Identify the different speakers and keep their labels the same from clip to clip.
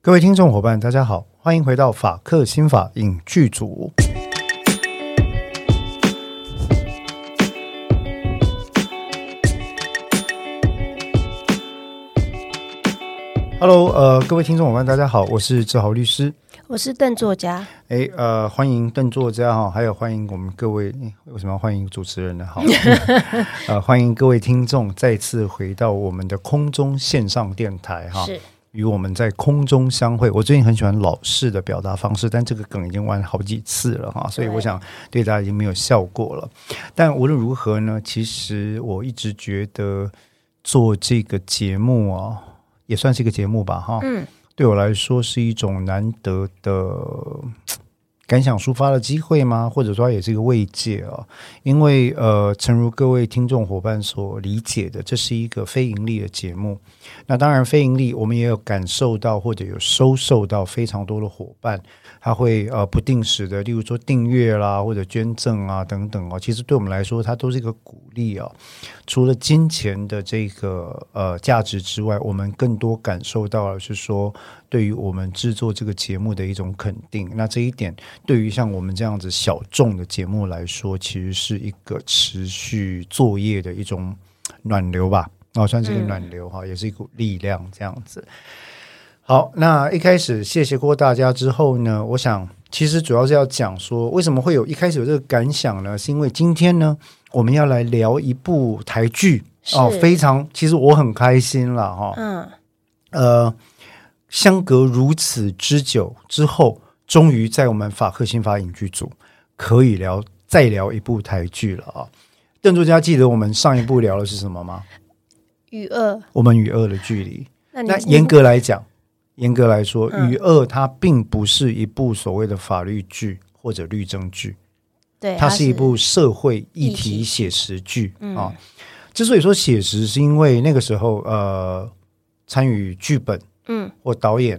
Speaker 1: 各位听众伙伴，大家好，欢迎回到法克心法影剧组。Hello，呃，各位听众伙伴，大家好，我是志豪律师。
Speaker 2: 我是邓作家，
Speaker 1: 哎，呃，欢迎邓作家哈，还有欢迎我们各位，诶为什么要欢迎主持人呢？好，呃，欢迎各位听众再次回到我们的空中线上电台哈。
Speaker 2: 是
Speaker 1: 与我们在空中相会。我最近很喜欢老式的表达方式，但这个梗已经玩好几次了哈，所以
Speaker 2: 对
Speaker 1: 我想对大家已经没有效果了。但无论如何呢，其实我一直觉得做这个节目啊，也算是一个节目吧哈。
Speaker 2: 嗯，
Speaker 1: 对我来说是一种难得的呃感想抒发的机会吗？或者说它也是一个慰藉啊、因为呃，诚如各位听众伙伴所理解的，这是一个非盈利的节目。那当然，非盈利我们也有感受到或者有收受到非常多的伙伴，他会呃不定时的，例如说订阅啦或者捐赠啊等等哦。其实对我们来说，它都是一个鼓励哦。除了金钱的这个呃价值之外，我们更多感受到的是说，对于我们制作这个节目的一种肯定。那这一点对于像我们这样子小众的节目来说，其实是一个持续作业的一种暖流吧，哦，算是一个暖流哈、也是一股力量这样子。好，那一开始谢谢过大家之后呢，我想其实主要是要讲说，为什么会有一开始有这个感想呢？是因为今天呢，我们要来聊一部台剧哦，
Speaker 2: 是
Speaker 1: 非常，其实我很开心了哈、
Speaker 2: 嗯，
Speaker 1: 呃，相隔如此之久之后，终于在我们法克新法影剧组可以聊再聊一部台剧了啊！邓作家记得我们上一部聊的是什么吗？
Speaker 2: 嗯与恶，
Speaker 1: 我们与恶的距离。
Speaker 2: 那嗯你
Speaker 1: 那严格来讲，严格来说，《
Speaker 2: 嗯
Speaker 1: 与恶》它并不是一部所谓的法律剧或者律政剧，
Speaker 2: 对，
Speaker 1: 它是一部社会议
Speaker 2: 议
Speaker 1: 题
Speaker 2: 题
Speaker 1: 写实剧啊、
Speaker 2: 嗯
Speaker 1: 之所以说写实，是因为那个时候呃，参与剧本
Speaker 2: 嗯
Speaker 1: 或导演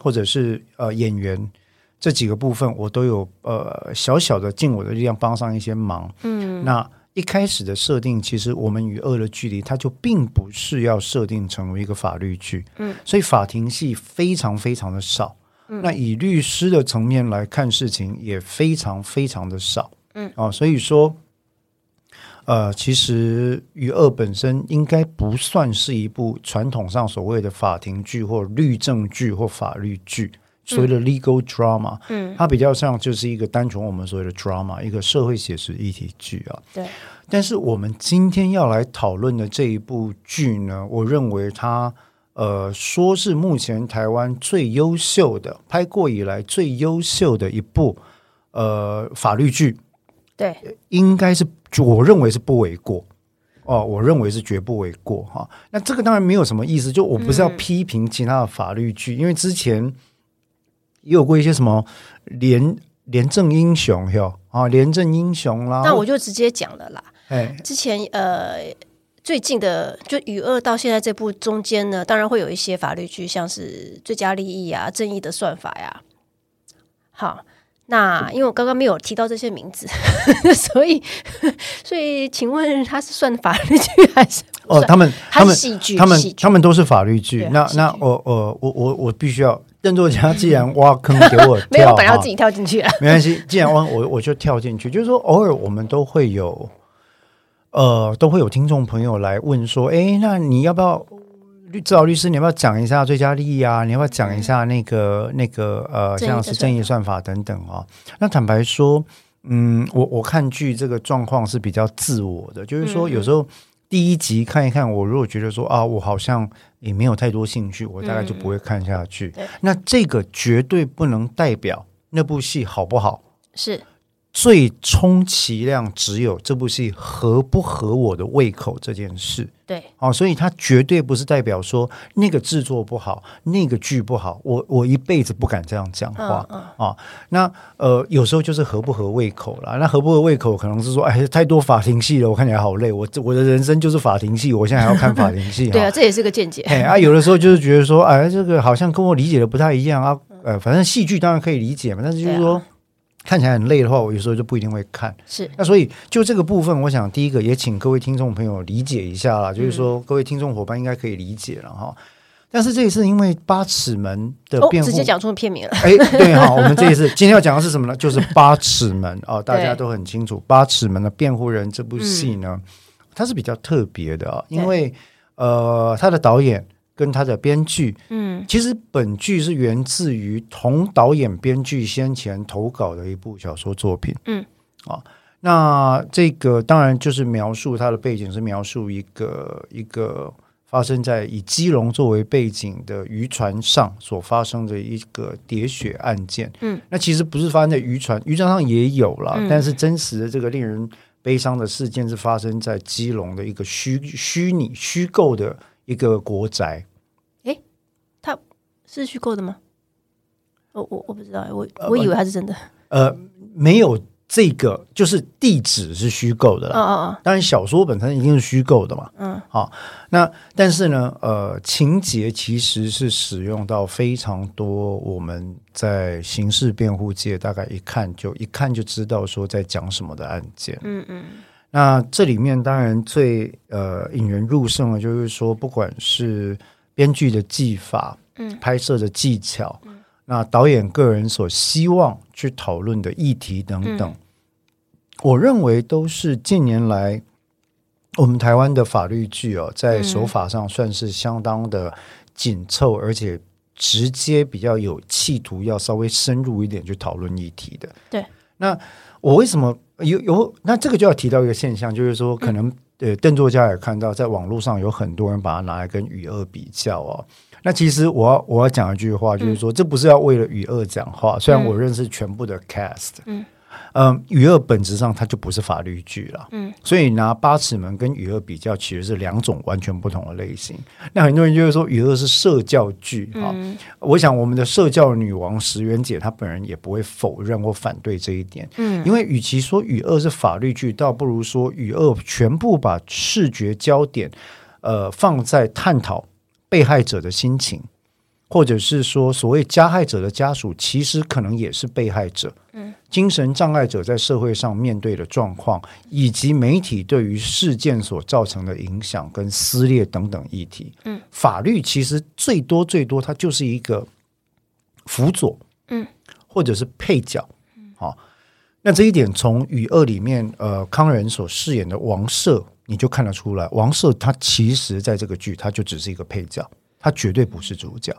Speaker 1: 或者是呃演员这几个部分，我都有呃小小的尽我的力量帮上一些忙。
Speaker 2: 嗯
Speaker 1: 那一开始的设定，其实我们与恶的距离，它就并不是要设定成为一个法律剧，
Speaker 2: 嗯，
Speaker 1: 所以法庭戏非常非常的少。那以律师的层面来看事情，也非常非常的少，
Speaker 2: 嗯，
Speaker 1: 啊，所以说，呃，其实与恶本身应该不算是一部传统上所谓的法庭剧或律政剧或法律剧，所谓的 legal drama，、
Speaker 2: 嗯，
Speaker 1: 它比较像就是一个单纯我们所谓的 drama，一个社会写实议题剧啊。
Speaker 2: 对，
Speaker 1: 但是我们今天要来讨论的这一部剧呢，我认为它呃说是目前台湾最优秀的拍过以来最优秀的一部呃法律剧，
Speaker 2: 对，
Speaker 1: 应该是我认为是不为过。哦，我认为是绝不为过哈。那这个当然没有什么意思，就我不是
Speaker 2: 嗯
Speaker 1: 要批评其他的法律剧，因为之前也有过一些什么廉廉政英雄哟啊，廉政英雄啦。
Speaker 2: 那我就直接讲了啦。
Speaker 1: 哎
Speaker 2: 之前呃，最近的就与恶到现在这部中间呢，当然会有一些法律剧，像是最佳利益啊、正义的算法呀、好，那因为我刚刚没有提到这些名字， 所以 所以请问他是算法律剧还是
Speaker 1: 哦，
Speaker 2: 不算？
Speaker 1: 他们他
Speaker 2: 它
Speaker 1: 们
Speaker 2: 是戏剧，
Speaker 1: 他们
Speaker 2: 戏剧
Speaker 1: 他们都是法律剧
Speaker 2: 对。
Speaker 1: 那
Speaker 2: 戏剧
Speaker 1: 那我我我我我必须要，邓作家既然挖坑给我跳，
Speaker 2: 没有，我本来要
Speaker 1: 哈
Speaker 2: 自己跳进去了。
Speaker 1: 没关系， 既然我我我就跳进去，就是说偶尔我们都会有，呃，都会有听众朋友来问说，哎，那你要不要律指导律师，你要不要讲一下最佳利益啊？你要不要讲一下那个、那个呃，
Speaker 2: 嗯正义
Speaker 1: 像
Speaker 2: 的
Speaker 1: 是正义算法等等啊、那坦白说，嗯，我我看剧这个状况是比较自我的，就是
Speaker 2: 嗯
Speaker 1: 说有时候。第一集看一看，我如果觉得说啊，我好像也没有太多兴趣，我大概就不会看下去。
Speaker 2: 嗯对
Speaker 1: 那这个绝对不能代表那部戏好不好，
Speaker 2: 是，
Speaker 1: 最充其量只有这部戏合不合我的胃口这件事。
Speaker 2: 对，
Speaker 1: 哦，所以它绝对不是代表说那个制作不好，那个剧不好，我我一辈子不敢这样讲话
Speaker 2: 嗯嗯。
Speaker 1: 哦。那呃，有时候就是合不合胃口啦。那合不合胃口，可能是说，哎，太多法庭戏了，我看起来好累，我我的人生就是法庭戏，我现在还要看法庭 戏。
Speaker 2: 对
Speaker 1: 哈
Speaker 2: 啊，这也是个见解。
Speaker 1: 嘿啊，有的时候就是觉得说，哎，这个好像跟我理解的不太一样啊。呃，反正戏剧当然可以理解嘛，但是就是说、
Speaker 2: 对啊
Speaker 1: 看起来很累的话，我有时候就不一定会看。
Speaker 2: 是，
Speaker 1: 那所以就这个部分，我想第一
Speaker 2: 嗯
Speaker 1: 个也请各位听众朋友理解一下啦，就是说各位听众伙伴应该可以理解了哈。但是这一次因为八尺门的
Speaker 2: 哦，
Speaker 1: 辩护，
Speaker 2: 直接讲出片名了。
Speaker 1: 哎，对哈，我们这一次今天要讲的是什么呢？就是《八尺门》哦，大家
Speaker 2: 对
Speaker 1: 都很清楚，《八尺门的辩护人》这部戏呢，
Speaker 2: 嗯
Speaker 1: 它是比较特别的啊、因为呃，他的导演跟他的编剧，
Speaker 2: 嗯，
Speaker 1: 其实本剧是源自于同导演编剧先前投稿的一部小说作品，
Speaker 2: 嗯，
Speaker 1: 啊、那这个当然就是描述它的背景是描述一个一个发生在以基隆作为背景的渔船上所发生的一个喋血案件。
Speaker 2: 嗯，
Speaker 1: 那其实不是发生在渔船，渔船上也有了，
Speaker 2: 嗯
Speaker 1: 但是真实的这个令人悲伤的事件是发生在基隆的一个虚虚拟虚构的一个国宅。
Speaker 2: 是虚构的吗？我我我不知道，我
Speaker 1: 呃
Speaker 2: 我以为它是真的。
Speaker 1: 呃，没有这个，就是地址是虚构的
Speaker 2: 哦
Speaker 1: 啦。
Speaker 2: 哦
Speaker 1: 当然，小说本身一定是虚构的嘛。
Speaker 2: 嗯，
Speaker 1: 好、那但是呢，呃，情节其实是使用到非常多我们在刑事辩护界大概一看就一看就知道说在讲什么的案件。
Speaker 2: 嗯嗯
Speaker 1: 那这里面当然最呃引人入胜的就是说，不管是编剧的技法，
Speaker 2: 嗯，
Speaker 1: 拍摄的技巧，那导演个人所希望去讨论的议题等
Speaker 2: 嗯
Speaker 1: 等，我认为都是近年来我们台湾的法律剧哦，在手法上算是相当的紧凑，而且直接比较有企图要稍微深入一点去讨论议题的。
Speaker 2: 对，
Speaker 1: 那我为什么有有？那这个就要提到一个现象，就是
Speaker 2: 嗯
Speaker 1: 说可能、呃，邓作家也看到，在网络上有很多人把它拿来跟雨二比较哦。那其实我要我要讲一句话，就是说、这不是要为了雨二讲话，虽然我认识全部的 cast，
Speaker 2: 嗯
Speaker 1: 嗯，雨二本质上它就不是法律剧了，
Speaker 2: 嗯，
Speaker 1: 所以拿八尺门跟雨二比较，其实是两种完全不同的类型。那很多人就会说雨二是社教剧哈、
Speaker 2: 嗯
Speaker 1: 我想我们的社教女王石原姐她本人也不会否认或反对这一点，
Speaker 2: 嗯，
Speaker 1: 因为与其说与恶是法律剧，倒不如说与恶全部把视觉焦点呃放在探讨被害者的心情，或者是说所谓加害者的家属其实可能也是被害者，嗯，精神障碍者在社会上面对的状况，以及媒体对于事件所造成的影响跟撕裂等等议题，嗯，法律其实最多最多它就是一个辅佐，
Speaker 2: 嗯，
Speaker 1: 或者是配角，好、那这一点从《雨二》里面，呃，康仁所饰演的王赦，你就看得出来，王赦他其实在这个剧，他就只是一个配角，他绝对不是主角。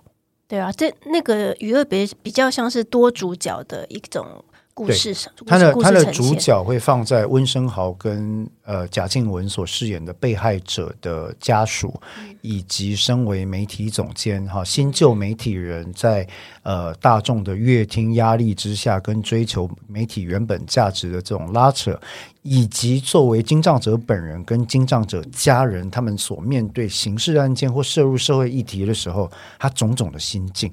Speaker 2: 对啊，这那个娱乐比比较像是多主角的一种故事，故事
Speaker 1: 他的
Speaker 2: 故事
Speaker 1: 他的
Speaker 2: 呈
Speaker 1: 主
Speaker 2: 现
Speaker 1: 角会放在温升豪跟呃贾静雯所饰演的被害者的家属，
Speaker 2: 嗯
Speaker 1: 以及身为媒体总监哈新旧媒体人在呃大众的乐听压力之下，跟追求媒体原本价值的这种拉扯，以及作为经障者本人跟经障者家人他们所面对刑事案件或涉入社会议题的时候，他种种的心境。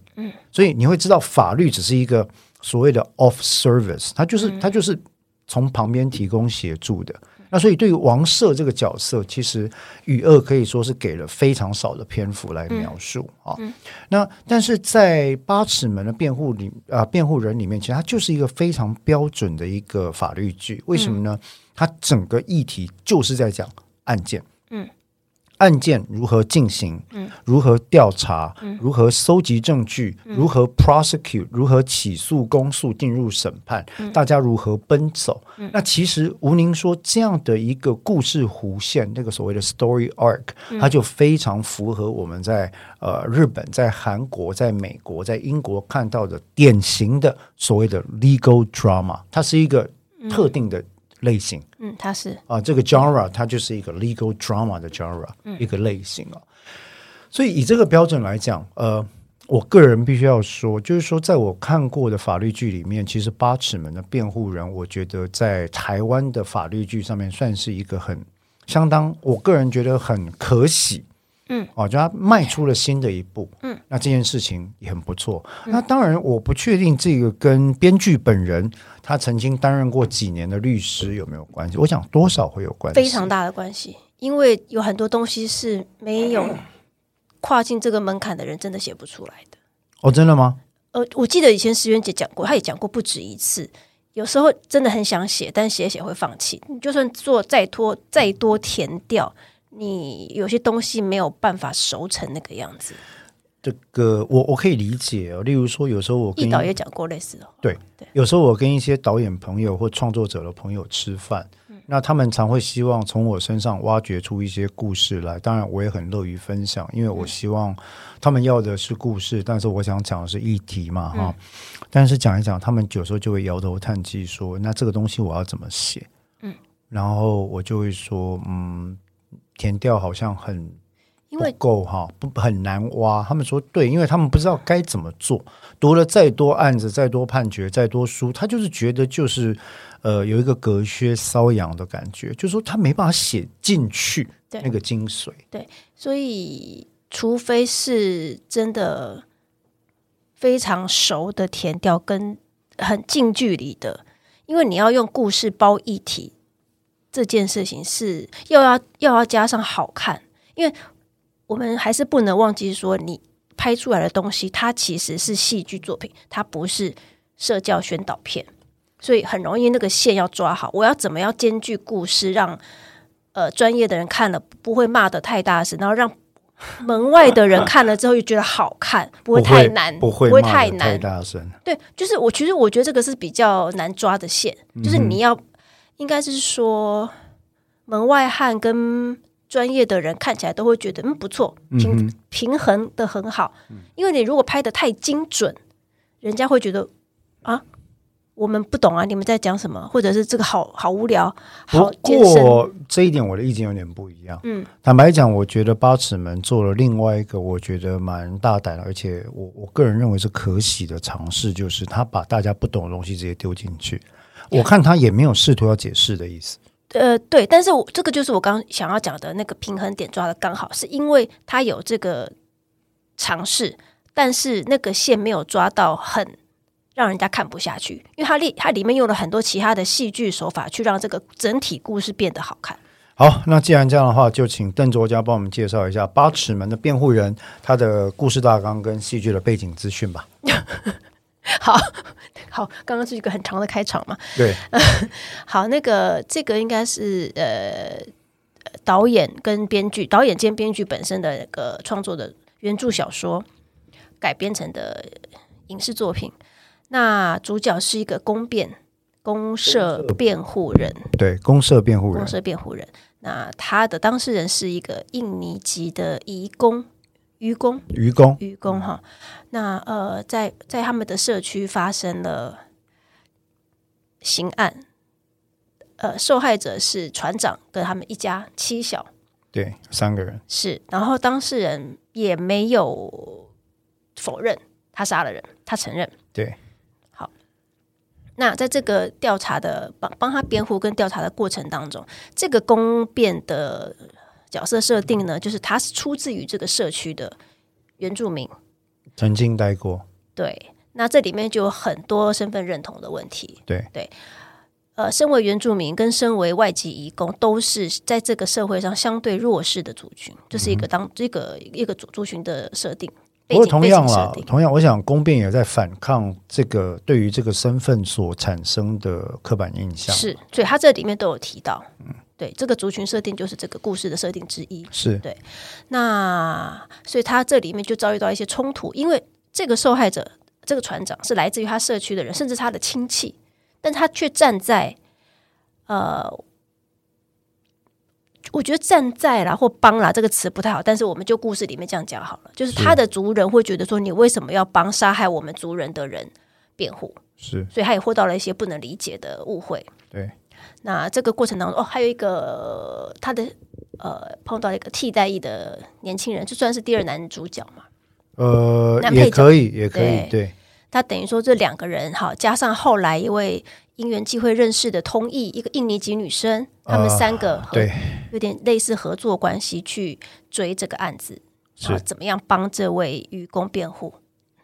Speaker 1: 所以你会知道法律只是一个所谓的 off service，它就是、它就是从旁边提供协助的。那所以对于王赦这个角色，其实与恶可以说是给了非常少的篇幅来描述啊、那但是在八尺门的辩护里啊、辩护人里面，其实它就是一个非常标准的一个法律剧。为什么呢？它整个议题就是在讲案件。案件如何进行，如何调查，如何搜集证据，如何 prosecute，如何起诉、公诉、进入审判，大家如何奔走。那其实吴宁说这样的一个故事弧线，那个所谓的 story arc，、它就非常符合我们在呃日本、在韩国、在美国、在英国看到的典型的所谓的 legal drama，它是一个特定的类型。
Speaker 2: 嗯，他是
Speaker 1: 啊，这个 genre 它就是一个 legal drama 的 genre，、一个类型啊。所以以这个标准来讲，呃，我个人必须要说，就是说，在我看过的法律剧里面，其实《八尺门的辩护人》，我觉得在台湾的法律剧上面算是一个很相当，我个人觉得很可喜。
Speaker 2: 嗯，
Speaker 1: 哦，就他迈出了新的一步，
Speaker 2: 嗯，
Speaker 1: 那这件事情也很不错。那当然，我不确定这个跟编剧本人他曾经担任过几年的律师有没有关系？我想多少会有关系，
Speaker 2: 非常大的关系，因为有很多东西是没有跨进这个门槛的人真的写不出来的。
Speaker 1: 哦，真的吗？
Speaker 2: 呃，我记得以前石原姐讲过，她也讲过不止一次。有时候真的很想写，但写一写会放弃。你就算做再多再多填掉，你有些东西没有办法熟成那个样子。
Speaker 1: 这个我我可以理解哦。例如说，有时候我
Speaker 2: 易
Speaker 1: 跟
Speaker 2: 导也讲过类似的话，哦
Speaker 1: 对有时候我跟一些导演朋友或创作者的朋友吃饭，
Speaker 2: 嗯
Speaker 1: 那他们常会希望从我身上挖掘出一些故事来。当然，我也很乐于分享，因为
Speaker 2: 嗯
Speaker 1: 我希望他们要的是故事，但是我想讲的是议题
Speaker 2: 嗯
Speaker 1: 嘛，哈。但是讲一讲，他们有时候就会摇头叹气说：“那这个东西我要怎么写？”嗯，然后我就会说：“嗯，填调好像很
Speaker 2: 因
Speaker 1: 不
Speaker 2: 为
Speaker 1: 够哈，不很难挖。他们说对，因为他们不知道该怎么做，读了再多案子、再多判决、再多书，他就是觉得就是呃有一个隔靴搔痒的感觉，就是说他没办法写进去
Speaker 2: 对
Speaker 1: 那个精髓。
Speaker 2: 所以除非是真的非常熟的填调跟很近距离的，因为你要用故事包一体这件事情是又要又要加上好看，因为我们还是不能忘记说你拍出来的东西，它其实是戏剧作品，它不是社教宣导片。所以很容易那个线要抓好，我要怎么样兼具故事，让呃专业的人看了不会骂的太大声，然后让呃门外的人看了之后又觉得好看，不会太难，
Speaker 1: 不会
Speaker 2: 会
Speaker 1: 骂得
Speaker 2: 太
Speaker 1: 太
Speaker 2: 难。
Speaker 1: 大声。
Speaker 2: 对，就是我其实我觉得这个是比较难抓的线，
Speaker 1: 嗯
Speaker 2: 就是你要应该是说门外汉跟专业的人看起来都会觉得嗯不错，平、平衡的很好，
Speaker 1: 嗯
Speaker 2: 因为你如果拍的太精准，人家会觉得啊。我们不懂啊，你们在讲什么？或者是这个好好无聊，好
Speaker 1: 不
Speaker 2: 艰深。
Speaker 1: 过这一点我的意见有点不一样。
Speaker 2: 嗯，
Speaker 1: 坦白讲，我觉得八尺门做了另外一个我觉得蛮大胆的，而且我我个人认为是可喜的尝试，就是他把大家不懂的东西直接丢进去。我看他也没有试图要解释的意思。
Speaker 2: 呃，对，但是我这个就是我刚想要讲的那个平衡点抓的刚好，是因为他有这个尝试，但是那个线没有抓到很让人家看不下去，因为它里它里面用了很多其他的戏剧手法去让这个整体故事变得好看。
Speaker 1: 好，那既然这样的话，就请邓卓佳帮我们介绍一下《八尺门的辩护人》他的故事大纲跟戏剧的背景资讯吧。
Speaker 2: 好好，刚刚是一个很长的开场嘛，
Speaker 1: 对，
Speaker 2: 好，那个这个应该是呃导演跟编剧，导演兼编剧本身的那个创作的原著小说改编成的影视作品。那主角是一个公辩公社辩护人，
Speaker 1: 对，公社辩护人
Speaker 2: 公，社辩护人。那他的当事人是一个印尼籍的移工，渔工，
Speaker 1: 愚公，
Speaker 2: 愚公哈。那呃，在在他们的社区发生了刑案，呃，受害者是船长跟他们一家七小
Speaker 1: 对，三个人，
Speaker 2: 是，然后当事人也没有否认他杀了人，他承认。
Speaker 1: 对，
Speaker 2: 那在这个调查的帮帮他辩护跟调查的过程当中，这个公辩的角色设定呢，就是他是出自于这个社区的原住民，
Speaker 1: 曾经待过，
Speaker 2: 对，那这里面就有很多身份认同的问题。
Speaker 1: 对，
Speaker 2: 呃，身为原住民跟身为外籍移工，都是在这个社会上相对弱势的族群，这、是一个当、这个一个族族群的设定。
Speaker 1: 嗯不过
Speaker 2: 背景
Speaker 1: 同样
Speaker 2: 背景
Speaker 1: 啦
Speaker 2: 设，定
Speaker 1: 同样，我想公辩也在反抗这个对于这个身份所产生的刻板印象。
Speaker 2: 是，所以他这里面都有提到，
Speaker 1: 嗯
Speaker 2: 对，这个族群设定就是这个故事的设定之一。
Speaker 1: 是
Speaker 2: 那所以他这里面就遭遇到一些冲突，因为这个受害者，这个船长是来自于他社区的人，甚至他的亲戚，但他却站在，呃，我觉得站在啦或帮啦这个词不太好，但是我们就故事里面这样讲好了，就是
Speaker 1: 是
Speaker 2: 他的族人会觉得说，你为什么要帮杀害我们族人的人辩护？
Speaker 1: 是，
Speaker 2: 所以他也获到了一些不能理解的误会。
Speaker 1: 对，
Speaker 2: 那这个过程当中，哦，还有一个呃他的呃碰到一个替代役的年轻人，就算是第二男主角嘛。
Speaker 1: 呃，
Speaker 2: 男配
Speaker 1: 也
Speaker 2: 角
Speaker 1: 可以，也可以，
Speaker 2: 对
Speaker 1: 对，
Speaker 2: 他等于说这两个人哈，加上后来一位因缘际会认识的通译，一个印尼籍女生，他们
Speaker 1: 啊
Speaker 2: 三个合、
Speaker 1: 对，
Speaker 2: 有点类似合作关系去追这个案子，然后
Speaker 1: 是
Speaker 2: 怎么样帮这位愚公辩护，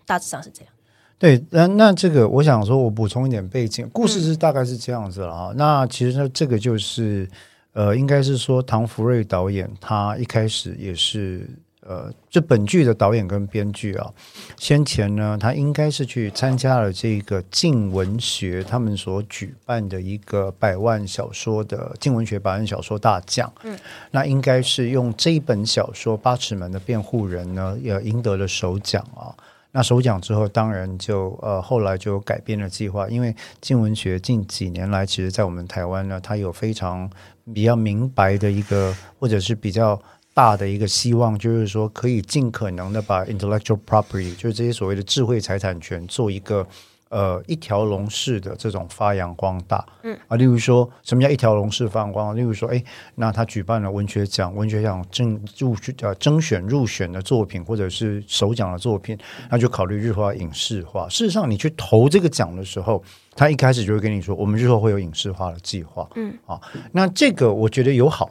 Speaker 2: 大致上是这样。
Speaker 1: 对，那那这个，我想说，我补充一点背景，故事是大概是这样子了啊。那其实呢，这个就是，呃，应该是说唐福瑞导演他一开始也是呃，这本剧的导演跟编剧啊，先前呢，他应该是去参加了这个静文学他们所举办的一个百万小说的静文学百万小说大奖。嗯，那应该是用这一本小说《八尺门的辩护人》呢，也赢得了首奖啊。那首奖之后，当然就呃后来就改变了计划，因为静文学近几年来，其实在我们台湾呢，它有非常比较明白的一个，或者是比较大的一个希望，就是说可以尽可能的把 intellectual property，就是这些所谓的智慧财产权，做一个呃一条龙式的这种发扬光大。嗯啊，例如说什么叫一条龙式发扬光大？例如说，哎，那他举办了文学奖，文学奖正入呃征选入选的作品，或者是首奖的作品，那就考虑日后要影视化。事实上，你去投这个奖的时候，他一开始就会跟你说，我们日后会有影视化的计划。嗯啊，那这个我觉得有好，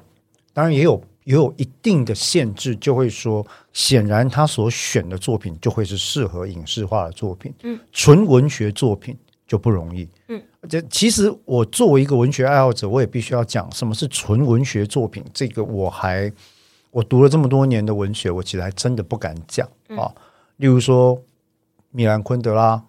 Speaker 1: 当然也有也有一定的限制，就会说，显然他所选的作品就会是适合影视化的作品。嗯，纯文学作品就不容易。嗯，这其实我作为一个文学爱好者，我也必须要讲什么是纯文学作品，这个我还。我读了这么多年的文学，我其实还真的不敢讲啊。例如说，米兰昆德拉，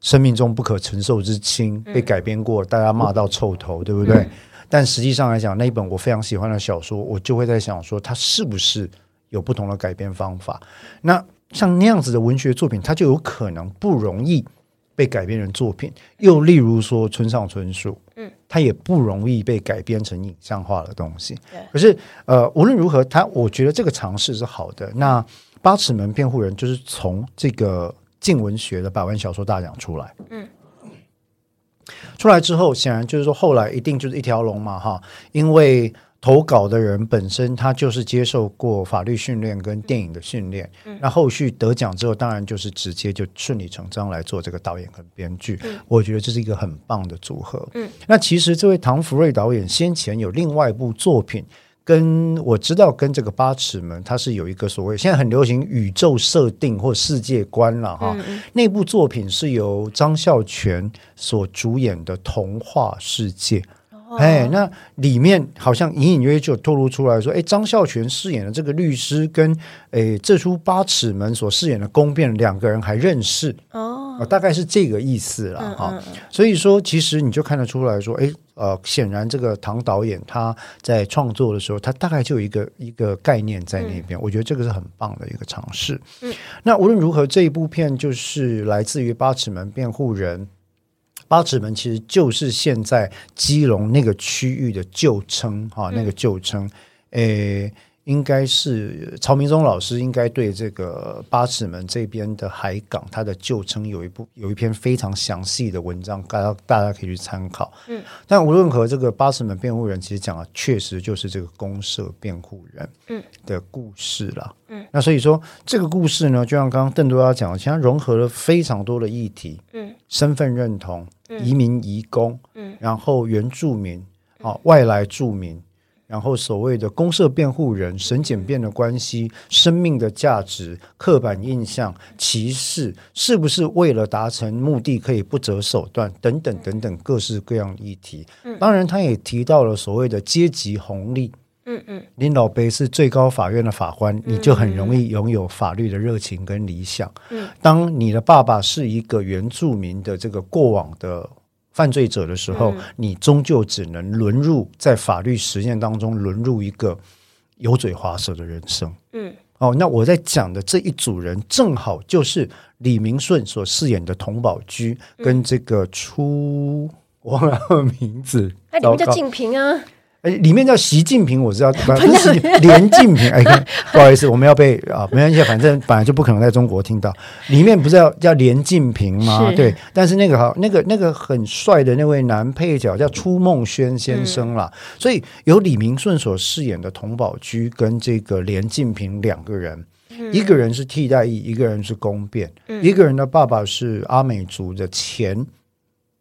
Speaker 1: 生命中不可承受之轻》被改编过，大家骂到臭头，对不对？但实际上来讲，那一本我非常喜欢的小说，我就会在想说，它是不是有不同的改编方法？那像那样子的文学作品，它就有可能不容易被改编成作品。又例如说村上春树，嗯，它也不容易被改编成影像化的东西。可是呃，无论如何，他我觉得这个尝试是好的。那八尺门辩护人就是从这个静文学的百万小说大奖出来，嗯，出来之后，显然就是说后来一定就是一条龙嘛，哈，因为。投稿的人本身他就是接受过法律训练跟电影的训练，那后续得奖之后，当然就是直接就顺理成章来做这个导演跟编剧，我觉得这是一个很棒的组合。嗯，那其实这位唐福瑞导演先前有另外一部作品，跟我知道跟这个八尺门，它是有一个所谓现在很流行宇宙设定或世界观了哈。那部作品是由张孝全所主演的《童话世界》。哎，那里面好像隐隐约约就有透露出来说，哎，张孝全饰演的这个律师跟哎这出《八尺门》所饰演的宫辩两个人还认识
Speaker 2: 哦，
Speaker 1: 呃大概是这个意思啦。哈、所以说其实你就看得出来说，哎，呃，显然这个唐导演他在创作的时候，他大概就有一个一个概念在那边，我觉得这个是很棒的一个尝试。那无论如何，这一部片就是来自于《八尺门辩护人》。八尺门其实就是现在基隆那个区域的旧称哈，那个旧称，诶、应该是曹明忠老师应该对这个八尺门这边的海港它的旧称有一部有一篇非常详细的文章，大家大家可以去参考。嗯，但无论和这个八尺门辩护人其实讲的确实就是这个公社辩护人嗯的故事啦。嗯，那所以说这个故事呢，就像刚刚邓多拉讲的，其实它融合了非常多的议题，身份认同、移民、移工，嗯，然后原住民啊、外来住民，然后所谓的公社辩护人、审检辩的关系、生命的价值、刻板印象、歧视，是不是为了达成目的可以不择手段等等等等各式各样的议题？当然，他也提到了所谓的阶级红利。
Speaker 2: 嗯嗯，
Speaker 1: 林老杯是最高法院的法官，你就很容易拥有法律的热情跟理想。当你的爸爸是一个原住民的这个过往的犯罪者的时候，你终究只能沦入在法律实践当中沦入一个油嘴滑舌的人生。
Speaker 2: 嗯，
Speaker 1: 哦，那我在讲的这一组人，正好就是李明顺所饰演的童宝驹跟这个出。我忘了他的名字，
Speaker 2: 它里面哎叫
Speaker 1: 糟糕
Speaker 2: 静平啊，
Speaker 1: 哎，里面叫习近平，我 知道，不是习近平连近平。哎， 看不好意思，我们要被啊，没关系，反正本来就不可能在中国听到。里面不是要叫连近平吗？
Speaker 2: 是
Speaker 1: 对，但是那个好，那个那个很帅的那位男配角叫初梦轩先生啦。所以由李明顺所饰演的童宝驹跟这个连近平两个人。一个人是替代役，一个人是公辩，一个人的爸爸是阿美族的前，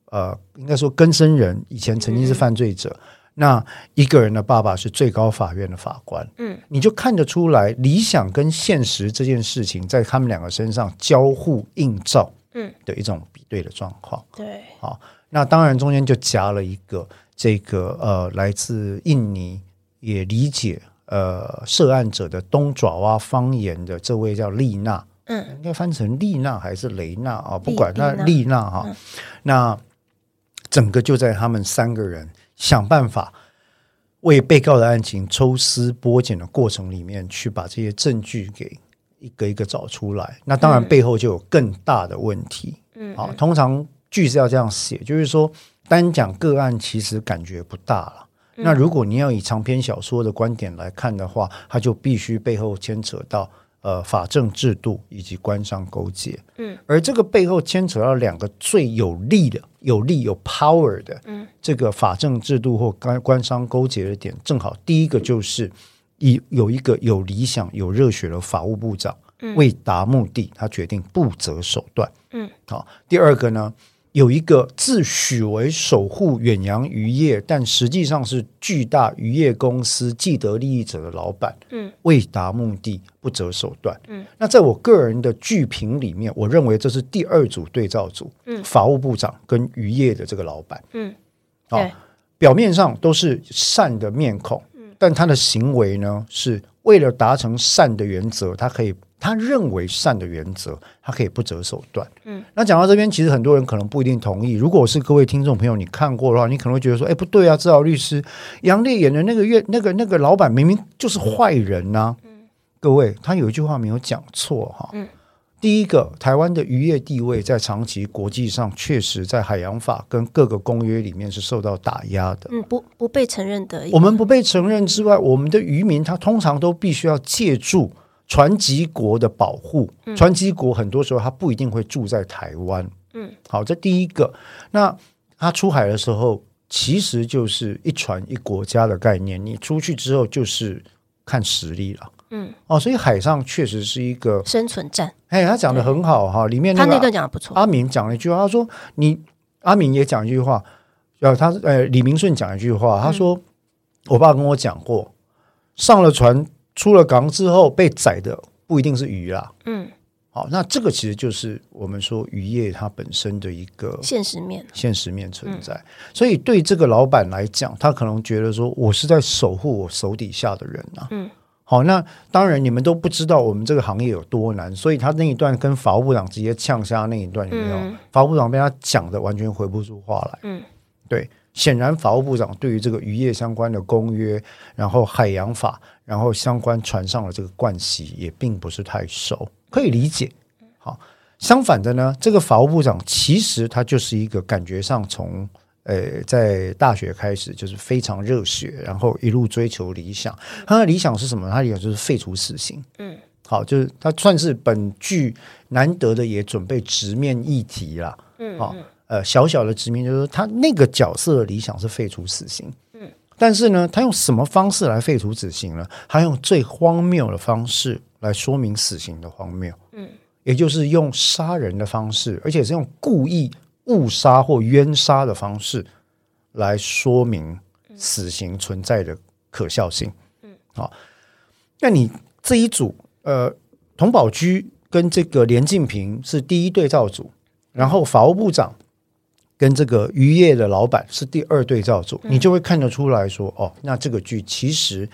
Speaker 1: 呃，应该说根生人，以前曾经是犯罪者，那一个人的爸爸是最高法院的法官，
Speaker 2: 嗯，
Speaker 1: 你就看得出来理想跟现实这件事情在他们两个身上交互映照，
Speaker 2: 嗯，
Speaker 1: 的一种比对的状况。
Speaker 2: 对，
Speaker 1: 好，那当然中间就夹了一个这个呃，来自印尼也理解呃涉案者的东爪哇方言的这位叫丽娜，
Speaker 2: 嗯，
Speaker 1: 应该翻成丽娜还是雷娜啊？不
Speaker 2: 丽
Speaker 1: 管那
Speaker 2: 丽娜嗯
Speaker 1: 丽娜哈、那整个就在他们三个人想办法为被告的案情抽丝剥茧的过程里面，去把这些证据给一个一个找出来。那当然背后就有更大的问题。嗯，好、通常剧是要这样写，就是说单讲个案其实感觉不大了。那如果你要以长篇小说的观点来看的话，它就必须背后牵扯到呃法政制度以及官商勾结。嗯，而这个背后牵扯到两个最有力的、有力有 power 的，嗯，这个法政制度或官官商勾结的点，正好第一个就是以有一个有理想、有热血的法务部长，为达目的，他决定不择手段。
Speaker 2: 嗯，
Speaker 1: 好、第二个呢？有一个自诩为守护远洋渔业，但实际上是巨大渔业公司既得利益者的老板，
Speaker 2: 嗯，
Speaker 1: 为达目的不择手段，嗯。那在我个人的剧评里面，我认为这是第二组对照组，嗯，法务部长跟渔业的这个老板，
Speaker 2: 嗯，
Speaker 1: 好
Speaker 2: 对，
Speaker 1: 表面上都是善的面孔，但他的行为呢，是为了达成善的原则，他可以他认为善的原则，他可以不择手段。嗯，那讲到这边，其实很多人可能不一定同意。如果是各位听众朋友，你看过的话，你可能会觉得说，哎，不对啊，至少律师杨烈演的那个月那个那个老板明明就是坏人呐、各位，他有一句话没有讲错哈。第一个，台湾的渔业地位在长期国际上确实在海洋法跟各个公约里面是受到打压的。
Speaker 2: 嗯，不不被承认的一个，
Speaker 1: 我们不被承认之外，我们的渔民他通常都必须要借助船籍国的保护。船籍国很多时候他不一定会住在台湾。
Speaker 2: 嗯，
Speaker 1: 好，这第一个。那他出海的时候，其实就是一船一国家的概念。你出去之后就是看实力了。
Speaker 2: 嗯，
Speaker 1: 哦，所以海上确实是一个，
Speaker 2: 生存战，
Speaker 1: 哎，他讲的很好哈，里面
Speaker 2: 他那
Speaker 1: 个
Speaker 2: 段讲的不错，
Speaker 1: 阿敏讲了一句话，他说：“你阿敏也讲一句话，呃，他呃李明顺讲一句
Speaker 2: 嗯
Speaker 1: 话，他说、我爸跟我讲过，上了船出了港之后被宰的不一定是鱼啦。
Speaker 2: 嗯，
Speaker 1: 好，那这个其实就是我们说渔业它本身的一个
Speaker 2: 现实面，
Speaker 1: 现实面存在。所以对这个老板来讲，他可能觉得说，我是在守护我手底下的人啊。
Speaker 2: 嗯。
Speaker 1: 好，那当然你们都不知道我们这个行业有多难，所以他那一段跟法务部长直接呛下那一段有没有？
Speaker 2: 嗯
Speaker 1: 法务部长被他讲的完全回不出话来。
Speaker 2: 嗯，
Speaker 1: 对，显然法务部长对于这个渔业相关的公约，然后海洋法，然后相关船上的这个惯习也并不是太熟，可以理解。好，相反的呢，这个法务部长其实他就是一个感觉上从。呃，在大学开始就是非常热血，然后一路追求理想。他的理想是什么？他的理想就是废除死刑。
Speaker 2: 嗯，
Speaker 1: 好，就是他算是本剧难得的也准备直面议题啦。
Speaker 2: 嗯
Speaker 1: 好、呃，小小的直面就是说他那个角色的理想是废除死刑。嗯，但是呢，他用什么方式来废除死刑呢？他用最荒谬的方式来说明死刑的荒谬。嗯，也就是用杀人的方式，而且是用故意误杀或冤杀的方式来说明死刑存在的可笑性。嗯，好、那你这一组呃，童宝驹跟这个连晋平是第一对照组，然后法务部长跟这个渔业的老板是第二对照组，你就会看得出来说，哦，那这个剧其实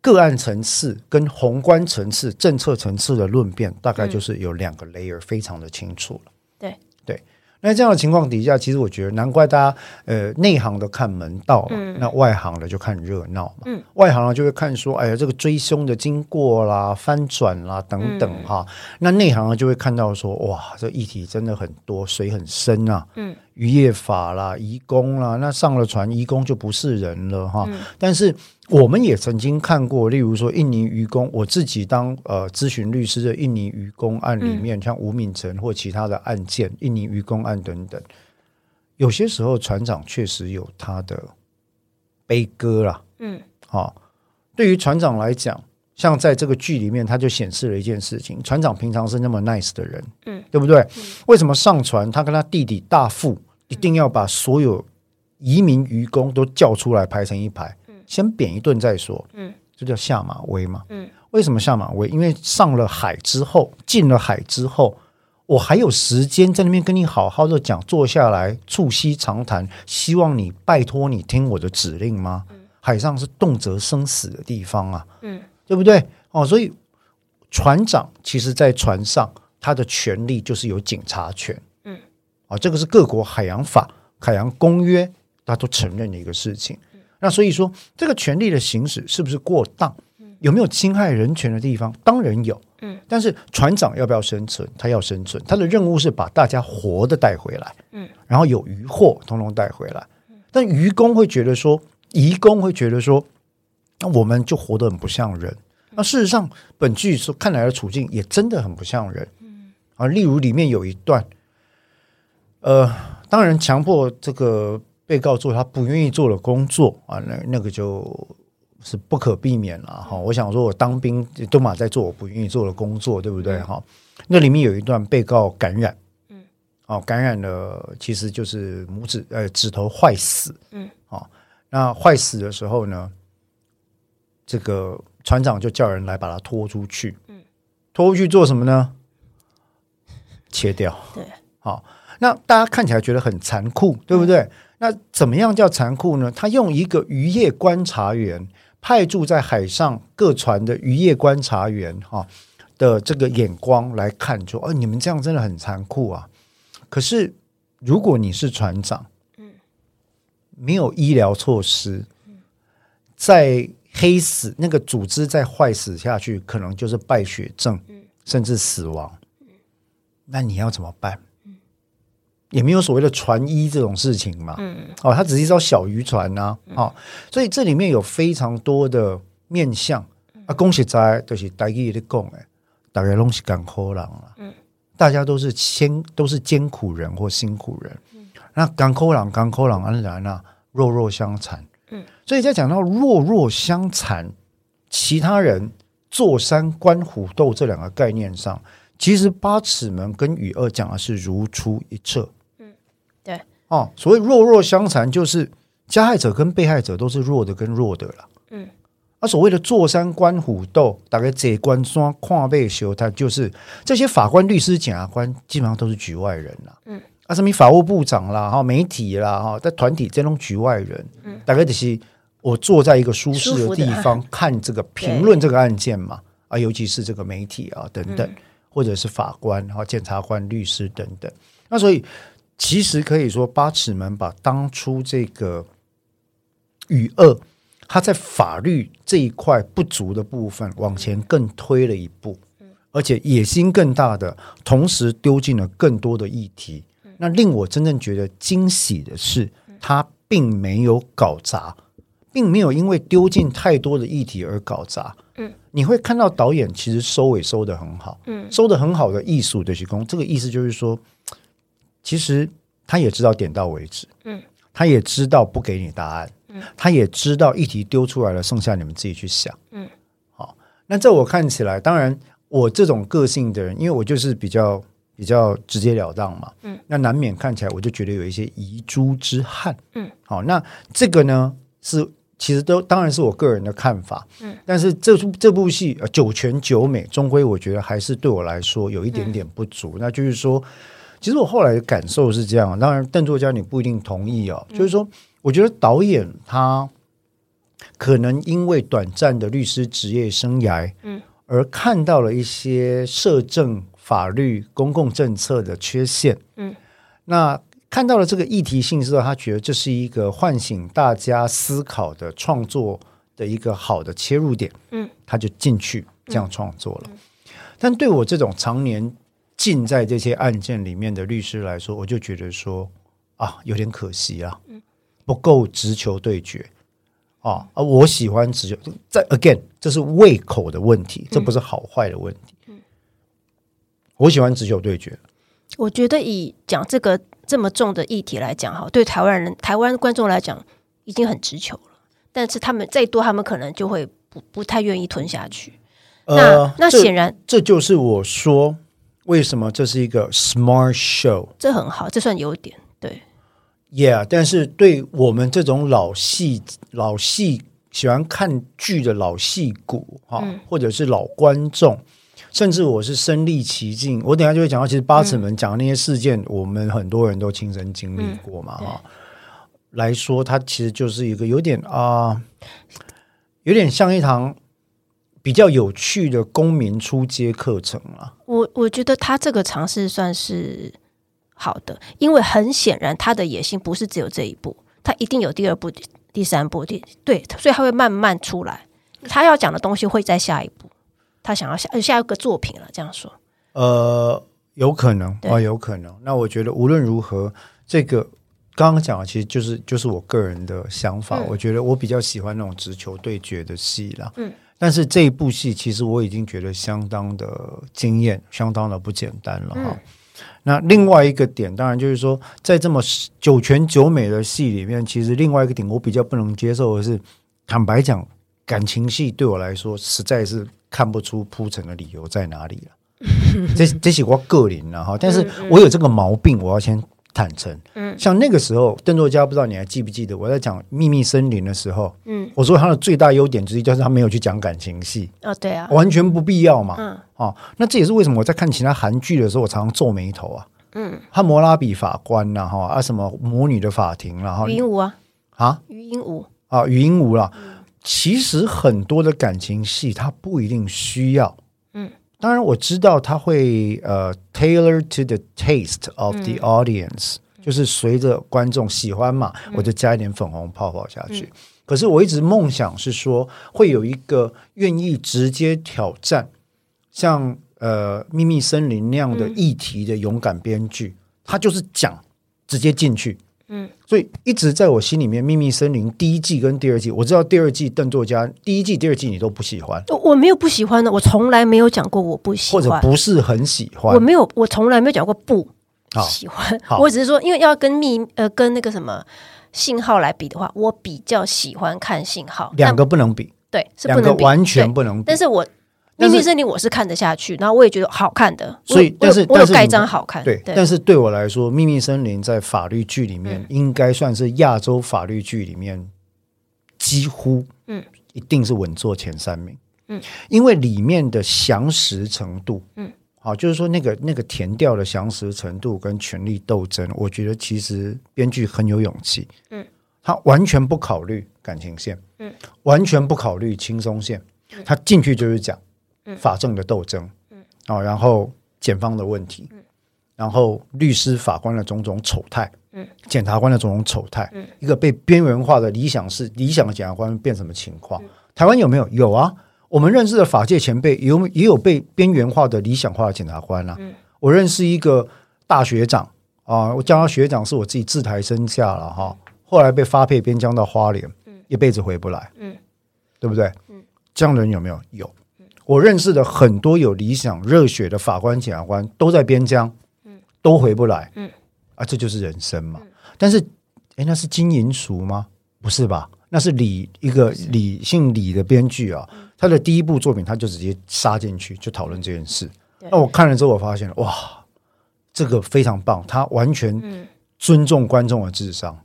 Speaker 1: 个案层次跟宏观层次、政策层次的论辩，大概就是有两个 layer 非常的清楚了。
Speaker 2: 嗯对
Speaker 1: 对。那这样的情况底下，其实我觉得难怪大家呃内行的看门道嘛，
Speaker 2: 嗯
Speaker 1: 那外行的就看热闹嘛。外行呢就会看说，哎呀，这个追凶的经过啦、翻转啦
Speaker 2: 嗯
Speaker 1: 等等哈。那内行呢就会看到说，哇，这议题真的很多，水很深啊。
Speaker 2: 嗯，
Speaker 1: 渔业法啦、移工啦，那上了船，移工就不是人了哈。
Speaker 2: 嗯
Speaker 1: 但是我们也曾经看过，例如说印尼渔工，我自己当呃咨询律师的印尼渔工案里
Speaker 2: 嗯
Speaker 1: 面，像吴敏成或其他的案件，印尼渔工案等等，有些时候船长确实有他的悲歌啦。
Speaker 2: 嗯，
Speaker 1: 好、对于船长来讲，像在这个剧里面，他就显示了一件事情：船长平常是那么 nice 的人，
Speaker 2: 嗯，
Speaker 1: 对不对？为什么上船他跟他弟弟大副一定要把所有移民渔工都叫出来排成一排，先扁一顿再说，
Speaker 2: 嗯，
Speaker 1: 这叫下马威嘛，
Speaker 2: 嗯，
Speaker 1: 为什么下马威？因为上了海之后，进了海之后。我还有时间在那边跟你好好的
Speaker 2: 嗯
Speaker 1: 讲，坐下来促膝长谈，希望你拜托你听我的指令吗？还海上是动辄生死的地方啊，嗯，对不对？哦，所以船长其实在船上他的权利就是有警察权，
Speaker 2: 嗯，
Speaker 1: 啊，这个是各国海洋法、海洋公约他都承认的一个事情。那所以说，这个权利的行使是不是过当？有没有侵害人权的地方？当然有，
Speaker 2: 嗯，
Speaker 1: 但是船长要不要生存？他要生存，他的任务是把大家活的带回来，
Speaker 2: 嗯，
Speaker 1: 然后有渔获通通带回来。但渔工会觉得说，移工会觉得说，那我们就活得很不像人。
Speaker 2: 嗯
Speaker 1: 那事实上，本剧所看来的处境也真的很不像人，嗯，啊，例如里面有一段，呃，当然强迫这个被告做他不愿意做的工作啊，那那个就。是不可避免了哈。我想说，我当兵都马在做我不愿意做的工作，对不对哈？那里面有一段被告感染，
Speaker 2: 嗯，
Speaker 1: 哦，感染了，其实就是拇指呃指头坏死，
Speaker 2: 嗯，
Speaker 1: 哦，那坏死的时候呢，这个船长就叫人来把它拖出去，
Speaker 2: 嗯，
Speaker 1: 拖出去做什么呢？切掉，
Speaker 2: 对，
Speaker 1: 好、那大家看起来觉得很残酷，对不
Speaker 2: 嗯
Speaker 1: 对？那怎么样叫残酷呢？他用一个渔业观察员派驻在海上各船的渔业观察员哈、的这个眼光来看，说：“哦，你们这样真的很残酷啊！”可是如果你是船长，
Speaker 2: 嗯
Speaker 1: 没有医疗措施，在黑死那个组织再坏死下去，可能就是败血症，
Speaker 2: 嗯
Speaker 1: 甚至死亡。那你要怎么办？也没有所谓的船医这种事情嘛。
Speaker 2: 嗯
Speaker 1: 哦，它只是一艘小渔船呐、哦，所以这里面有非常多的面向
Speaker 2: 嗯
Speaker 1: 啊。恭喜在就是大家的讲哎，大家拢是干苦人啊，
Speaker 2: 嗯
Speaker 1: 大家都是艰都是艰苦人或辛苦人。
Speaker 2: 嗯
Speaker 1: 那干苦人干苦人安然啊，弱弱相残。
Speaker 2: 嗯，
Speaker 1: 所以在讲到弱弱相残，其他人坐山观虎斗这两个概念上，其实八尺门跟雨二讲的是如出一辙。
Speaker 2: 对，
Speaker 1: 哦，所谓弱弱相残，就是加害者跟被害者都是弱的跟弱的啦。
Speaker 2: 嗯，
Speaker 1: 那、所谓的坐山观虎斗，大概这关山跨背修，他就是这些法官、律师、检察官基本上都是局外人啦。
Speaker 2: 嗯，
Speaker 1: 啊，什么法务部长啦、哈媒体啦、哈在团体这种局外人，
Speaker 2: 嗯，
Speaker 1: 大概就是我坐在一个舒
Speaker 2: 舒
Speaker 1: 适
Speaker 2: 服
Speaker 1: 的
Speaker 2: 的
Speaker 1: 地方看这个评论这个案件嘛，啊，尤其是这个媒体啊等等，或者是法官、哈检察官、律师等等。那所以其实可以说，八尺门把当初这个与恶，他在法律这一块不足的部分往前更推了一步，而且野心更大的，同时丢进了更多的议题。那令我真正觉得惊喜的是，他并没有搞砸，并没有因为丢进太多的议题而搞砸。
Speaker 2: 嗯，
Speaker 1: 你会看到导演其实收尾收的很好，
Speaker 2: 嗯
Speaker 1: 收的很好的艺术的提供，这个意思就是说，其实他也知道点到为止，
Speaker 2: 嗯，
Speaker 1: 他也知道不给你答案，
Speaker 2: 嗯，
Speaker 1: 他也知道议题丢出来了，剩下你们自己去想，
Speaker 2: 嗯，
Speaker 1: 好，那在我看起来，当然我这种个性的人，因为我就是比较比较直截了当嘛，
Speaker 2: 嗯，
Speaker 1: 那难免看起来我就觉得有一些遗珠之憾，
Speaker 2: 嗯，
Speaker 1: 好，那这个呢是。其实都当然是我个人的看法，
Speaker 2: 嗯
Speaker 1: 但是这出这部戏、呃、九全九美，终归我觉得还是对我来说有一点点不足。
Speaker 2: 嗯
Speaker 1: 那就是说，其实我后来的感受是这样，啊当然邓作家你不一定同意哦。
Speaker 2: 嗯
Speaker 1: 就是说，我觉得导演他可能因为短暂的律师职业生涯，
Speaker 2: 嗯，
Speaker 1: 而看到了一些社政、法律、公共政策的缺陷，
Speaker 2: 嗯，
Speaker 1: 那。看到了这个议题性之后，他觉得这是一个唤醒大家思考的创作的一个好的切入点，
Speaker 2: 嗯，
Speaker 1: 他就进去这样创作了。但对我这种常年浸在这些案件里面的律师来说，我就觉得说啊，有点可惜啊，
Speaker 2: 嗯
Speaker 1: 不够直球对决啊啊！我喜欢直球，再 again，这是胃口的问
Speaker 2: 嗯
Speaker 1: 题，这不是好坏的问题。我喜欢直球对决，
Speaker 2: 我觉得以讲这个这么重的议题来讲，哈，对台湾人、台湾观众来讲，已经很直球了。但是他们再多，他们可能就会不不太愿意吞下去。
Speaker 1: 呃，
Speaker 2: 那那
Speaker 1: 这
Speaker 2: 显然
Speaker 1: 这就是我说为什么这是一个 smart show。
Speaker 2: 这很好，这算优点。对，
Speaker 1: Yeah，但是对我们这种老戏老戏喜欢看剧的老戏骨哈、或者是老观众，甚至我是身历其境，我等一下就会讲到，其实八尺门讲的那些事件，我们很多人都亲身经历过嘛哈、来说，它其实就是一个有点啊、有点像一堂比较有趣的公民出街课程啊。
Speaker 2: 我我觉得他这个尝试算是好的，因为很显然他的野心不是只有这一步，他一定有第二步、第第三步、第对，所以他会慢慢出来，他要讲的东西会在下一步，他想要下呃下一个作品了，这样说，
Speaker 1: 呃，有可能啊、
Speaker 2: 对
Speaker 1: 有可能。那我觉得无论如何，这个刚刚讲的其实就是就是我个人的想法。
Speaker 2: 嗯
Speaker 1: 我觉得我比较喜欢那种直球对决的戏啦。
Speaker 2: 嗯，
Speaker 1: 但是这一部戏其实我已经觉得相当的惊艳，相当的不简单了哈。
Speaker 2: 嗯
Speaker 1: 那另外一个点，当然就是说，在这么九全九美的戏里面，其实另外一个点我比较不能接受的是，坦白讲，感情戏对我来说实在是看不出铺陈的理由在哪里了。这这是我个人了哈，
Speaker 2: 嗯
Speaker 1: 但是我有这个毛病，我要先坦诚。嗯，像那个时候，邓作家不知道你还记不记得，我在讲《秘密森林》的时候，
Speaker 2: 嗯，
Speaker 1: 我说他的最大优点之一就是他没有去讲感情戏。
Speaker 2: 哦，对啊，
Speaker 1: 完全不必要嘛。
Speaker 2: 嗯
Speaker 1: 哦，那这也是为什么我在看其他韩剧的时候，我常常皱眉头啊。
Speaker 2: 嗯，
Speaker 1: 汉谟拉比法官啦，哈啊，什么魔女的法庭啦，哈
Speaker 2: 余英武啊，
Speaker 1: 啊
Speaker 2: 余英武，
Speaker 1: 啊，语音舞啦。其实很多的感情戏，它不一定需要。
Speaker 2: 嗯，
Speaker 1: 当然我知道它会呃 tailor to the taste of the audience，、就是随着观众喜欢嘛，我就加一点粉红泡泡下去。可是我一直梦想是说，会有一个愿意直接挑战像呃《秘密森林》那样的议题的勇敢编剧，他就是讲直接进去。所以一直在我心里面，《秘密森林》第一季跟第二季，我知道第二季邓作家第一季、第二季你都不喜欢，
Speaker 2: 我我没有不喜欢的，我从来没有讲过我不喜
Speaker 1: 或者
Speaker 2: 欢，
Speaker 1: 不是很喜
Speaker 2: 我
Speaker 1: 欢。
Speaker 2: 没有，我从来没有讲过不
Speaker 1: 好
Speaker 2: 喜欢
Speaker 1: 好，
Speaker 2: 我只是说，因为要跟密呃跟那个什么信号来比的话，我比较喜欢看信号，
Speaker 1: 两个不能比，
Speaker 2: 但对是
Speaker 1: 两
Speaker 2: 不
Speaker 1: 个
Speaker 2: 能比，
Speaker 1: 完全不能比
Speaker 2: 但。是我
Speaker 1: 但
Speaker 2: 秘
Speaker 1: 是
Speaker 2: 密森林我是看得下去，然后我也觉得好看的，
Speaker 1: 所以
Speaker 2: 我
Speaker 1: 但
Speaker 2: 有
Speaker 1: 是
Speaker 2: 我有我
Speaker 1: 但
Speaker 2: 有
Speaker 1: 是
Speaker 2: 盖
Speaker 1: 你
Speaker 2: 章好看，
Speaker 1: 对，但是对我来说，《秘密森林》在法律剧里
Speaker 2: 嗯
Speaker 1: 面应该算是亚洲法律剧里面几乎
Speaker 2: 嗯
Speaker 1: 一定是稳坐前三名。
Speaker 2: 嗯，
Speaker 1: 因为里面的详实程度，
Speaker 2: 嗯，
Speaker 1: 好，就是说那个那个填调的详实程度跟权力斗争，我觉得其实编剧很有勇气。
Speaker 2: 嗯，
Speaker 1: 他完全不考虑感情线，
Speaker 2: 嗯，
Speaker 1: 完全不考虑轻松线，他进去就是讲
Speaker 2: 嗯
Speaker 1: 法政的斗争，嗯，哦，然后检方的问题，嗯，然后律师、法官的种种丑态，
Speaker 2: 嗯，
Speaker 1: 检察官的种种丑态，嗯，一个被边缘化的理想是理想的检察官变什么情况？台湾有没有？有啊，我们认识的法界前辈有也有被边缘化的理想化的检察官啊，我认识一个大学长啊，我叫他学长，是我自己自抬身价了哈，后来被发配边疆到花莲，一辈子回不来，
Speaker 2: 嗯，
Speaker 1: 对不对？嗯，这样的人有没有？有。我认识的很多有理想、热血的法官、检察官都在边疆，都回不来，
Speaker 2: 嗯
Speaker 1: 啊，这就是人生嘛。但是，哎，那是金银淑吗？不是吧？那是李一个李姓李的编剧啊，
Speaker 2: 嗯
Speaker 1: 他的第一部作品他就直接杀进去就讨论这件事。
Speaker 2: 对
Speaker 1: 那我看了之后，我发现哇，这个非常棒，他完全
Speaker 2: 嗯
Speaker 1: 尊重观众的智商，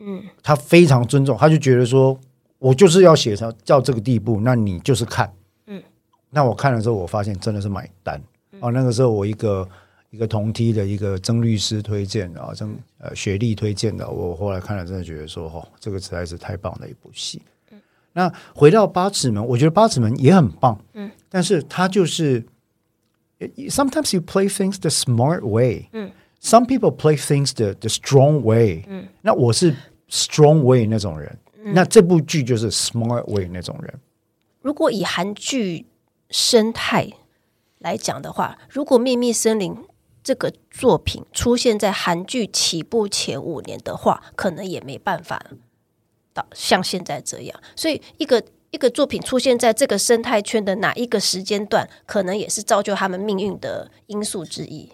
Speaker 2: 嗯，
Speaker 1: 他非常尊重，他就觉得说我就是要写成到这个地步，那你就是看，
Speaker 2: 嗯，
Speaker 1: 那我看了之后，我发现真的是买单啊。那个时候我一个一个同梯的一个曾律师推荐的啊，曾呃学历推荐的，我后来看了真的觉得说，哦，这个实在是太棒的一部戏。那回到八尺门，我觉得八尺门也很棒，嗯，但是它就是，sometimes 呃 you play things the smart way，嗯，some people play things the the strong way，嗯，那我是 strong way 那种人，那这部剧就是 smart way 那种人，
Speaker 2: 如果以韩剧生态来讲的话，如果《秘密森林》这个作品出现在韩剧起步前五年的话，可能也没办法到像现在这样。所以，一个一个作品出现在这个生态圈的哪一个时间段，可能也是造就他们命运的因素之一。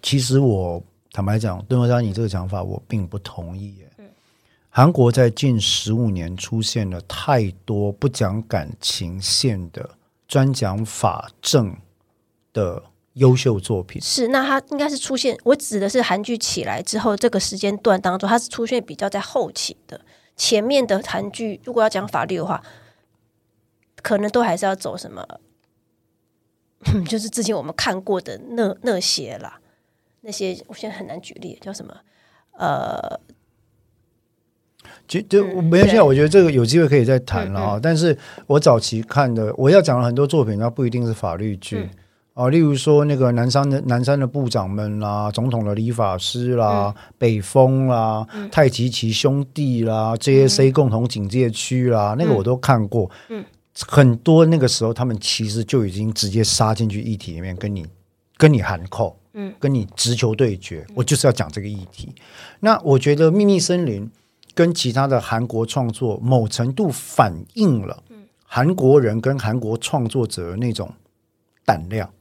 Speaker 1: 其实我坦白讲，邓文章，你这个讲法我并不同意耶。韩国在近十五年出现了太多不讲感情线的、专讲法政的优秀作品。
Speaker 2: 是，那它应该是出现，我指的是韩剧起来之后这个时间段当中，它是出现比较在后期的，前面的韩剧如果要讲法律的话，可能都还是要走什么，哼就是之前我们看过的那那些啦，那些我现在很难举例，叫什么呃
Speaker 1: 其实
Speaker 2: 嗯
Speaker 1: 我没关系啊，我觉得这个有机会可以再谈了啊。但是我早期看的，我要讲了很多作品，它不一定是法律剧。
Speaker 2: 嗯
Speaker 1: 啊，例如说那个南山的南山的部长们啦，总统的理发师啦，
Speaker 2: 嗯
Speaker 1: 北风啦，太极旗兄弟啦，JAC 共同警戒区啦，那个我都看过。
Speaker 2: 嗯，
Speaker 1: 很多那个时候他们其实就已经直接杀进去议题里面，跟你跟你喊扣，
Speaker 2: 嗯，
Speaker 1: 跟你直球对决，我就是要讲这个议题。那我觉得《秘密森林》跟其他的韩国创作某程度反映了韩国人跟韩国创作者的那种胆量。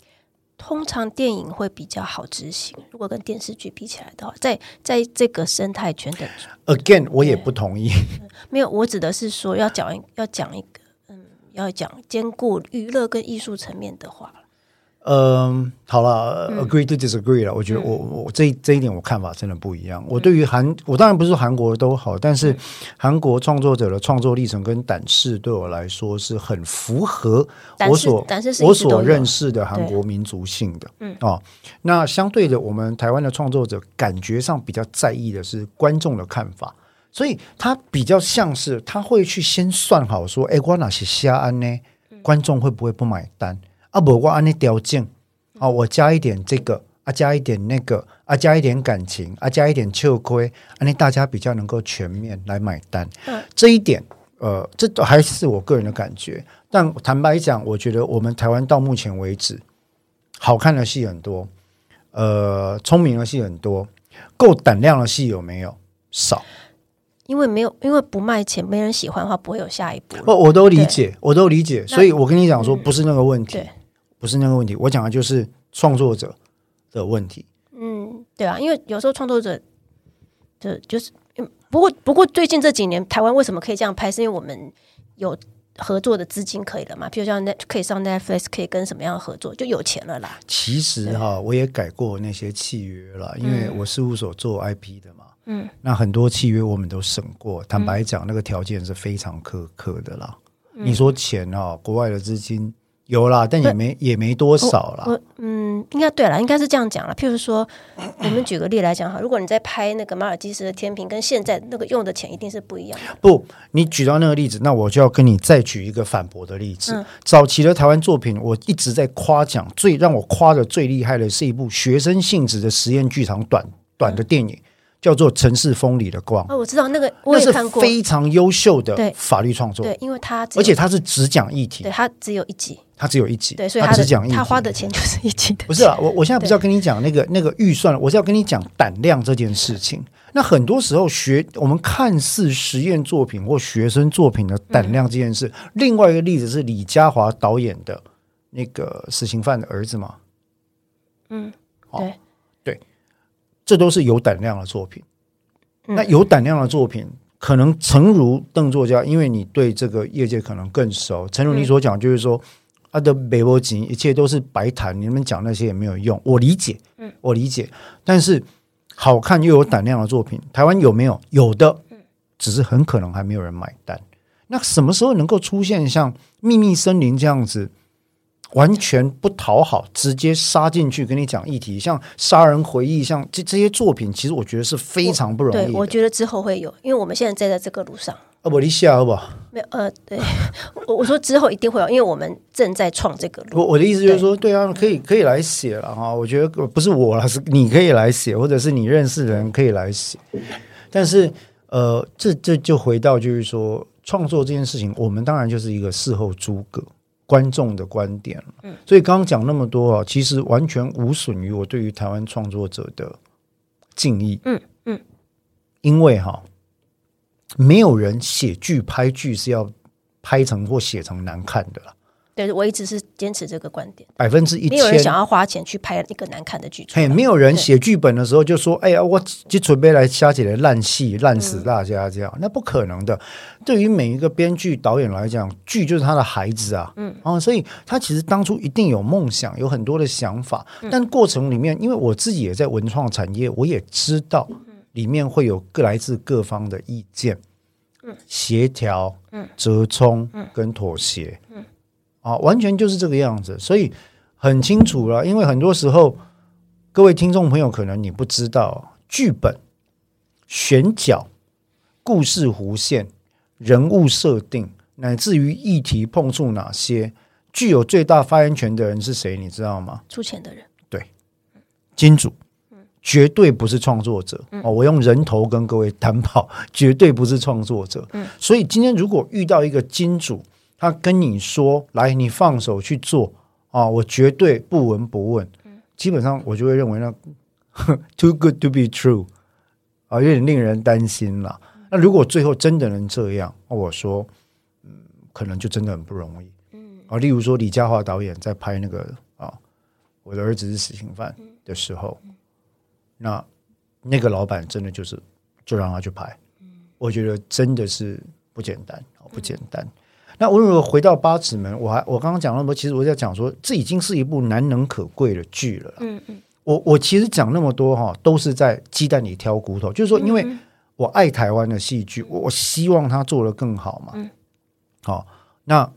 Speaker 2: 通常电影会比较好执行，如果跟电视剧比起来的话，在在这个生态圈的
Speaker 1: Again，我也不同意。
Speaker 2: 没有，我指的是说要讲一要讲一个，嗯，要讲兼顾娱乐跟艺术层面的话，
Speaker 1: 嗯，好了、a g r e e to disagree 了。我觉
Speaker 2: 嗯
Speaker 1: 得我我这一这一点我看法真的不一样。我对于韩，我当然不是说韩国都好，但
Speaker 2: 嗯
Speaker 1: 是韩国创作者的创作历程跟胆识对我来说是很符合
Speaker 2: 胆
Speaker 1: 我
Speaker 2: 识
Speaker 1: 所
Speaker 2: 胆识是一
Speaker 1: 我
Speaker 2: 直都
Speaker 1: 所
Speaker 2: 有
Speaker 1: 认识的韩
Speaker 2: 对
Speaker 1: 国民族性的。
Speaker 2: 嗯
Speaker 1: 哦，那相对的，我们台湾的创作者感觉上比较在意的是观众的看法。所以他比较像是他会去先算好说，哎，我哪些虾安呢？观众会不会不买单？啊，不，我按你条件，啊，我加一点这个，啊，加一点那个，啊，加一点感情，啊，加一点吃亏，啊，那大家比较能够全面来买单。
Speaker 2: 嗯
Speaker 1: 这一点，呃，这都还是我个人的感觉。但坦白讲，我觉得我们台湾到目前为止，好看的戏很多，呃，聪明的戏很多，够胆量的戏有没有？少。
Speaker 2: 因为没有因为不卖钱，没人喜欢的话，不会有下一步。
Speaker 1: 不，哦我都理解，我都理解。
Speaker 2: 那嗯
Speaker 1: 所以我跟你讲说，不是那个问题
Speaker 2: 对，
Speaker 1: 不是那个问题。我讲的就是创作者的问题。
Speaker 2: 嗯，对啊，因为有时候创作者的就是，嗯不过不过最近这几年台湾为什么可以这样拍，是因为我们有合作的资金可以了嘛？譬如像 Net 可以上 Netflix，可以跟什么样的合作，就有钱了啦。
Speaker 1: 其实哈、我也改过那些契约了，因为我事务所做 IP 的嘛。
Speaker 2: 嗯，
Speaker 1: 那很多契约我们都审过，坦白讲，那个条件是非常苛刻的啦。
Speaker 2: 嗯
Speaker 1: 你说钱哈、国外的资金有啦，但也没也没多少啦。
Speaker 2: 我嗯，应该对了，应该是这样讲了。譬如说，我们举个例来讲哈，如果你在拍那个马尔济斯的天平，跟现在那个用的钱一定是不一样的。
Speaker 1: 不，你举到那个例子，那我就要跟你再举一个反驳的例子。
Speaker 2: 嗯
Speaker 1: 早期的台湾作品，我一直在夸奖，最让我夸的最厉害的是一部学生性质的实验剧场短短的电影，叫做《城市风里的光》，
Speaker 2: 哦，我知道那个嗯我
Speaker 1: 那
Speaker 2: 也
Speaker 1: 是
Speaker 2: 看过，
Speaker 1: 非常优秀的
Speaker 2: 对
Speaker 1: 法律创作，
Speaker 2: 对，因为他只有
Speaker 1: 而且它是只讲议题
Speaker 2: 对，他只有一集，
Speaker 1: 它只有一集，
Speaker 2: 对，所以
Speaker 1: 它
Speaker 2: 他的
Speaker 1: 只讲议题，
Speaker 2: 他花的钱就是一集的。
Speaker 1: 不是啦，我我现在不是要跟你讲那个那个预算了，我是要跟你讲胆量这件事情。那很多时候学我们看似实验作品或学生作品的胆量这件事，另外一个例子是李嘉华导演的那个死刑犯的儿子嘛，
Speaker 2: 嗯，
Speaker 1: 好
Speaker 2: 对。
Speaker 1: 这都是有胆量的作品。那有胆量的作品，可能诚如邓作家，因为你对这个业界可能更熟，诚如你所讲，就是说。他的北波吉一切都是白谈，你们讲那些也没有用。我理解，嗯，我理解。但是好看又有胆量的作品，台湾有没有？有的，
Speaker 2: 嗯
Speaker 1: 只是很可能还没有人买单。那什么时候能够出现像《秘密森林》这样子，完全不讨好，直接杀进去跟你讲议题，像《杀人回忆》，像这这些作品，其实我觉得是非常不容
Speaker 2: 对，
Speaker 1: 易
Speaker 2: 我
Speaker 1: 的。
Speaker 2: 觉得之后会有，因为我们现在在在这个路上，
Speaker 1: 啊，不，你下好不好？
Speaker 2: 没有呃，对我我说之后一定会有，因为我们正在创这个路。
Speaker 1: 我我的意思就是说，对啊，可以可以来写了哈。我觉得呃不是我了，是你可以来写，或者是你认识的人可以来写。但是呃，这这就回到就是说，创作这件事情，我们当然就是一个事后诸葛。观众的观点了
Speaker 2: 嗯
Speaker 1: 所以刚刚讲那么多啊，其实完全无损于我对于台湾创作者的敬意。
Speaker 2: 嗯嗯，
Speaker 1: 因为哈，没有人写剧拍剧是要拍成或写成难看的啦，
Speaker 2: 对，我一直是坚持这个观点，
Speaker 1: 百分之一
Speaker 2: 没有人
Speaker 1: 千
Speaker 2: 想要花钱去拍一个难看的剧出
Speaker 1: 嘿，
Speaker 2: 来。
Speaker 1: 没有人写剧本的时候就说：“哎呀，我就准备来瞎写的烂戏，烂死大家这样。那不可能的。对于每一个编剧、导演来讲，剧就是他的孩子啊，嗯啊，所以他其实当初一定有梦想，有很多的想法，但过程里面，因为我自己也在文创产业，我也知道里面会有各来自各方的意见，协调、折冲跟妥协，啊，完全就是这个样子，所以很清楚了。因为很多时候，各位听众朋友可能你不知道，剧本、选角、故事弧线、人物设定，乃至于议题碰触哪些，具有最大发言权的人是谁，你知道吗？
Speaker 2: 出钱的人，
Speaker 1: 金主，绝对不是创作者、哦。我用人头跟各位担保， 绝对不是创作者。所以今天如果遇到一个金主，他跟你说：“来，你放手去做啊、我绝对不闻不问。基本上我就会认为那 too good to be true 啊、有点令人担心了。那如果最后真的能这样，哦我说，嗯，可能就真的很不容易。嗯，啊，例如说李嘉华导演在拍那个啊，我的儿子是死刑犯的时候，那那个老板真的就是就让他去拍，我觉得真的是不简单，哦不简单。那温柔回到八尺门，我还我刚刚讲那么多，其实我在讲说，这已经是一部难能可贵的剧了。嗯嗯，我我其实讲那么多哈，都是在鸡蛋里挑骨头，就是说，因为我爱台湾的戏剧，我我希望它做得更好嘛。好、那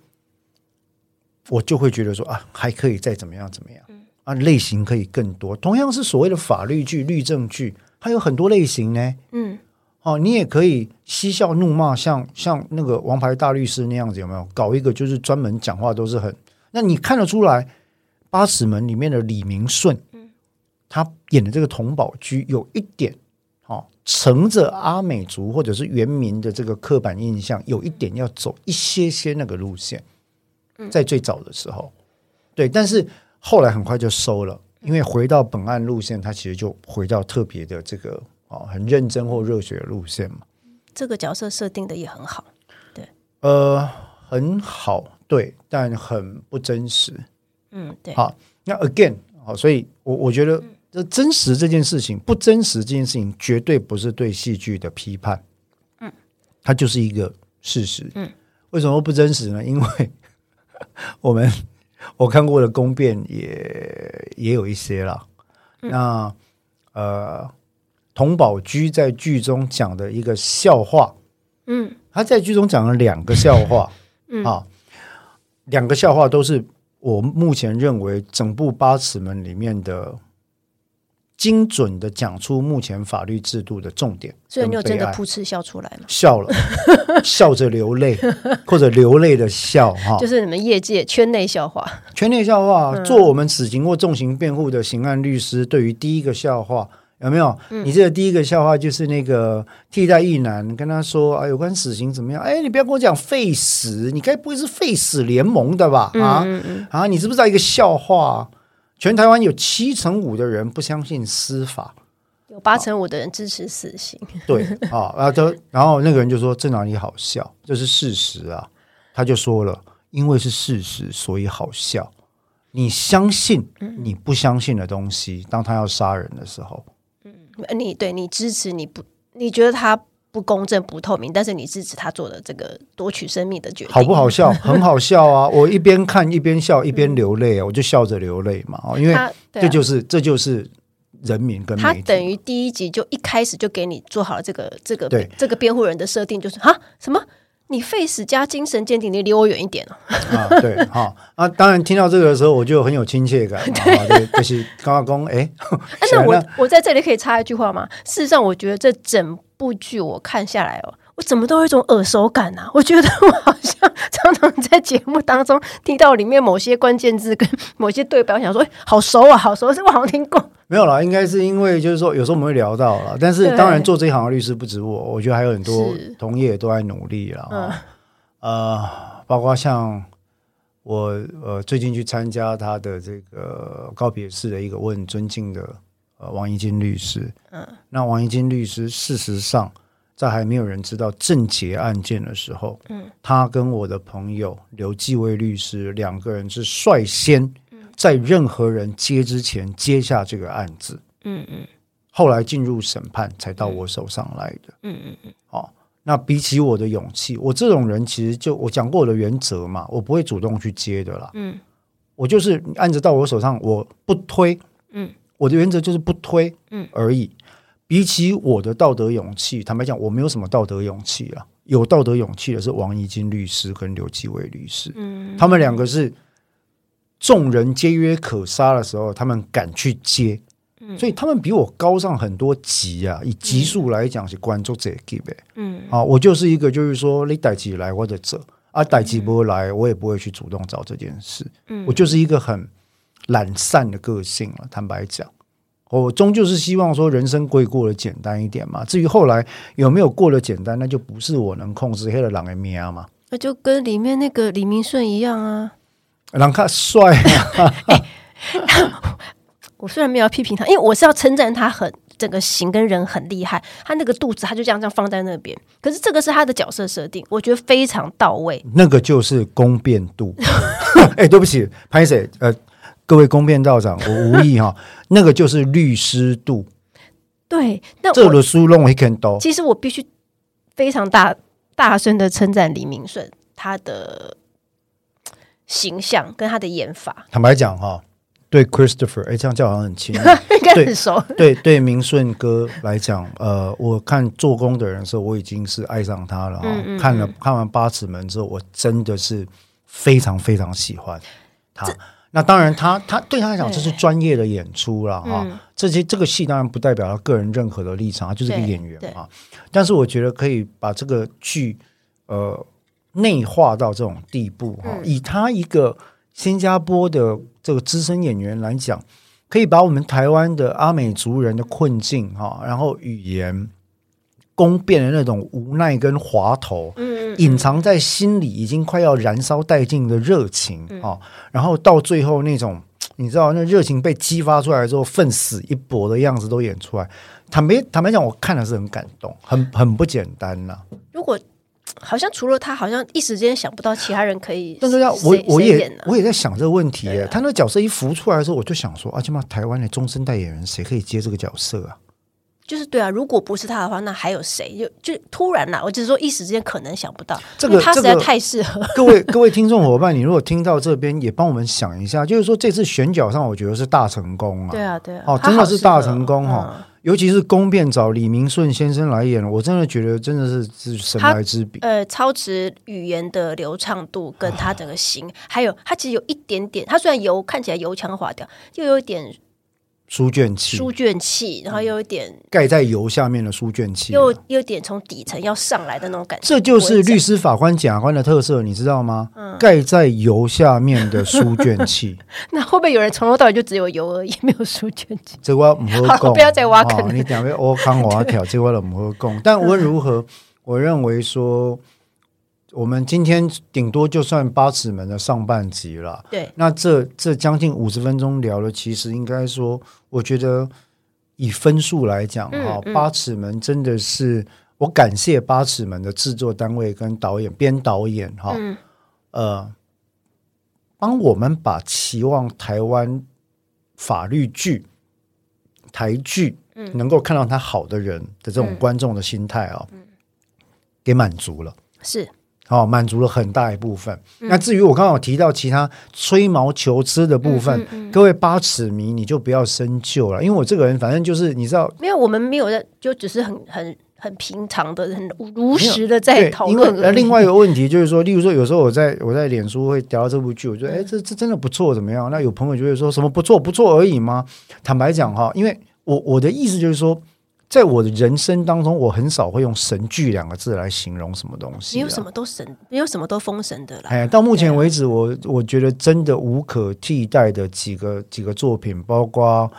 Speaker 1: 我就会觉得说啊，还可以再怎么样怎么样，啊，类型可以更多。同样是所谓的法律剧、律政剧，它有很多类型呢。
Speaker 2: 嗯，
Speaker 1: 哦，你也可以嬉笑怒骂，像像那个《王牌大律师》那样子，有没有？搞一个就是专门讲话都是很……那你看得出来，《八尺门》里面的李明顺，他演的这个童宝驹有一点，哦，乘着阿美族或者是原民的这个刻板印象，有一点要走一些些那个路线，在最早的时候，对，但是后来很快就收了，因为回到本案路线，他其实就回到特别的这个哦，很认真或热血的路线嘛。
Speaker 2: 这个角色设定的也很好。
Speaker 1: 呃，很好，对，但很不真实。
Speaker 2: 嗯，对，
Speaker 1: 好，那 again，好，所以我我觉得这真实这件事情，不真实这件事情，绝对不是对戏剧的批判。嗯，它就是一个事实。嗯，为什么不真实呢？因为我们我看过的公辩也也有一些啦。那呃，童宝驹在剧中讲的一个笑话，
Speaker 2: 嗯，
Speaker 1: 他在剧中讲了两个笑 话，嗯、啊，两个笑话都是我目前认为整部《八尺门》里面的精准的讲出目前法律制度的重点
Speaker 2: 所以
Speaker 1: 跟
Speaker 2: 你
Speaker 1: 悲
Speaker 2: 有
Speaker 1: 哀。
Speaker 2: 真的噗嗤笑出来吗？
Speaker 1: 笑了，笑着流 泪，或者流泪的笑哈。
Speaker 2: 就是你们业界圈内笑话，
Speaker 1: 圈内笑话，做我们死刑或重刑辩护的刑案律师，对于第一个笑话。有没有？你这个第一个笑话就是那个替代役男跟他说啊，有关死刑怎么样？哎，你不要跟我讲废死，你该不会是废死联盟的吧？啊、啊，你知不知道一个笑话？全台湾有七成五的人不相信司法，
Speaker 2: 有八成五的人支持死刑。
Speaker 1: 对啊，然后他，然后那个人就说这哪里好笑？这是事实啊。他就说了，因为是事实，所以好笑。你相信你不相信的东西，当他要杀人的时候，
Speaker 2: 呃你对你支持你不，你觉得他不公正不透明，但是你支持他做的这个夺取生命的决定，
Speaker 1: 好不？好笑？很好笑啊！我一边看一边笑，一边流泪啊，我就笑着流泪嘛。哦，因为
Speaker 2: 他对啊
Speaker 1: 这就是这就是人民跟
Speaker 2: 他
Speaker 1: 媒体
Speaker 2: 等于第一集就一开始就给你做好了这个这个
Speaker 1: 对
Speaker 2: 这个辩护人的设定，就是啊什么你 face 加精神鉴定，你离我远一点哦。
Speaker 1: 啊，对哈啊。当然听到这个的时候，我就很有亲切 感嘛。啊对，就是刚刚公哎，
Speaker 2: 啊、那我我在这里可以插一句话吗？事实上，我觉得这整部剧我看下来哦，我怎么都有一种耳熟感啊！我觉得我好像 常常在节目当中听到里面某些关键字跟某些对白，我想说，哎，好熟啊，好熟，这个我好像听过。
Speaker 1: 没有啦，应该是因为就是说，有时候我们会聊到啦，但是
Speaker 2: 对
Speaker 1: 当然做这一行的律师不止我，我觉得还有很多
Speaker 2: 是嗯
Speaker 1: 同业都在努力啦。哈呃，包括像我呃最近去参加他的这个告别式的一个我很尊敬的呃王一金律师。嗯，那王一金律师事实上在还没有人知道郑捷案件的时候，嗯，他跟我的朋友刘继威律师两个人是率先
Speaker 2: 嗯
Speaker 1: 在任何人接之前接下这个案子。
Speaker 2: 嗯嗯
Speaker 1: 后来进入审判才到我手上来的。
Speaker 2: 嗯嗯嗯，
Speaker 1: 哦，那比起我的勇气，我这种人其实就我讲过我的原则嘛，我不会主动去接的啦。
Speaker 2: 嗯，
Speaker 1: 我就是你案子到我手上，我不推。
Speaker 2: 嗯，
Speaker 1: 我的原则就是不推。
Speaker 2: 嗯，
Speaker 1: 而已。比起我的道德勇气，坦白讲，我没有什么道德勇气啊。有道德勇气的是王怡金律师跟刘继伟律师，嗯，他们两个是众人皆曰可杀的时候，他们敢去接，
Speaker 2: 嗯
Speaker 1: 所以他们比我高上很多级啊。以级数来讲，是关注这级呗。
Speaker 2: 嗯，
Speaker 1: 啊，我就是一个，就是说你逮起来我就走，啊逮起不来，我也不会去主动找这件事。
Speaker 2: 嗯
Speaker 1: 我就是一个很懒散的个性了、坦白讲。我终究是希望说人生可以过得简单一点嘛。至于后来有没有过得简单，那就不是我能控制。黑了狼的命嘛，
Speaker 2: 那就跟里面那个李明顺一样啊。
Speaker 1: 狼看帅啊，
Speaker 2: 我虽然没有要批评他，因为我是要称赞他很整个型跟人很厉害，他那个肚子他就这样这样放在那边，可是这个是他的角色设定，我觉得非常到位。
Speaker 1: 那个就是公辩度。 哎、对不起，拍谁？呃，各位公辩道长，我无意哈、那个就是律师度，
Speaker 2: 对，那
Speaker 1: 这
Speaker 2: 我
Speaker 1: 个书弄一肯刀。
Speaker 2: 其实我必须非常大大声的称赞李明顺他的形象跟他的演法，
Speaker 1: 坦白讲哈、对 Christopher，哎，这样叫好像很亲密。
Speaker 2: 应该
Speaker 1: 对
Speaker 2: 很熟。
Speaker 1: 对对，明顺哥来讲，呃，我看做工的人的时候，我已经是爱上他了、哦。
Speaker 2: 嗯嗯
Speaker 1: 看了看完《八尺门》之后，我真的是非常非常喜欢他。那当然他，他对他来讲，这是专业的演出了哈、
Speaker 2: 嗯
Speaker 1: 这些这个戏当然不代表他个人任何的立场，他就是个
Speaker 2: 对
Speaker 1: 演员
Speaker 2: 对
Speaker 1: 嘛。但是我觉得可以把这个剧呃内化到这种地步哈、
Speaker 2: 嗯
Speaker 1: 以他一个新加坡的这个资深演员来讲，可以把我们台湾的阿美族人的困境哈、然后语言公变的那种无奈跟滑头，
Speaker 2: 嗯，
Speaker 1: 隐藏在心里已经快要燃烧殆尽的热情啊、
Speaker 2: 嗯
Speaker 1: 哦然后到最后那种，你知道那热情被激发出来之后，奋死一搏的样子都演出来。坦白坦白讲，我看了是很感动，很很不简单呐、
Speaker 2: 如果好像除了他，好像一时间想不到其他人可以谁。
Speaker 1: 但是要我我
Speaker 2: 谁
Speaker 1: 也
Speaker 2: 演啊啊
Speaker 1: 我也在想这个问题耶、他那个角色一浮出来的时候，我就想说，啊，起码台湾的中生代演员谁可以接这个角色啊？
Speaker 2: 就是对啊，如果不是他的话，那还有谁？就就突然啦，我只是说一时之间可能想不到，
Speaker 1: 这
Speaker 2: 因为
Speaker 1: 个
Speaker 2: 他
Speaker 1: 这
Speaker 2: 实在
Speaker 1: 个
Speaker 2: 太适合。
Speaker 1: 各位 各位听众伙伴，你如果听到这边，也帮我们想一下，就是说这次选角上，我觉得是大成功啊。
Speaker 2: 对啊，对啊，
Speaker 1: 哦
Speaker 2: 他
Speaker 1: 真的
Speaker 2: 好
Speaker 1: 是
Speaker 2: 适
Speaker 1: 大
Speaker 2: 合
Speaker 1: 成功哦
Speaker 2: 嗯
Speaker 1: 尤其是宫变找李明顺先生来演，我真的觉得真的是是神来之笔。
Speaker 2: 呃，超值语言的流畅度跟他整个型，还有他其实有一点点，他虽然油看起来油腔滑调，又有一点
Speaker 1: 书卷气
Speaker 2: 书卷气，
Speaker 1: 嗯
Speaker 2: 然后又有一点
Speaker 1: 盖在油下面的书卷气，啊
Speaker 2: 又又有点从底层要上来的那种感觉。
Speaker 1: 这就是律师、法官、检察官的特色，你知道吗？
Speaker 2: 嗯
Speaker 1: 盖在油下面的书卷气，
Speaker 2: 那会不会有人从头到尾就只有油而已， 没有书卷气？
Speaker 1: 这我唔好
Speaker 2: 好
Speaker 1: 讲，
Speaker 2: 不要再挖坑了
Speaker 1: 哦你两位我康我 挑，这我都唔好讲。但无论如何，我认为说，我们今天顶多就算八尺门的上半集了。
Speaker 2: 对，
Speaker 1: 那这这将近五十分钟聊了，其实应该说，我觉得以分数来讲
Speaker 2: 嗯
Speaker 1: 哈，
Speaker 2: 嗯
Speaker 1: 八尺门真的是我感谢八尺门的制作单位跟导演编导演哈，
Speaker 2: 嗯
Speaker 1: 呃，帮我们把期望台湾法律剧、台剧
Speaker 2: 嗯
Speaker 1: 能够看到它好的人的这种
Speaker 2: 嗯
Speaker 1: 观众的心态啊、给满足了。
Speaker 2: 是
Speaker 1: 哦，满足了很大一部分。
Speaker 2: 嗯
Speaker 1: 那至于我刚好提到其他吹毛求疵的部
Speaker 2: 嗯
Speaker 1: 分，各位八尺迷你就不要深究了，因为我这个人反正就是你知道，
Speaker 2: 没有我们没有在，就只是很很很平常的、很如实的在
Speaker 1: 对
Speaker 2: 讨，
Speaker 1: 因为
Speaker 2: 论而
Speaker 1: 呃
Speaker 2: 已。
Speaker 1: 另外一个问题就是说，例如说有时候我在我在脸书会聊到这部剧，我
Speaker 2: 嗯
Speaker 1: 觉得哎这这真的不错怎么样？那有朋友就会说什么不错不错而已吗？坦白讲哈，因为我我的意思就是说。在我的人生当中，我很少会用“神剧”两个字来形容什么东西、啊。
Speaker 2: 没有什么都神，没有什么都封神的啦。
Speaker 1: 哎，到目前
Speaker 2: 啊
Speaker 1: 为止，我我觉得真的无可替代的几个几个作品，包括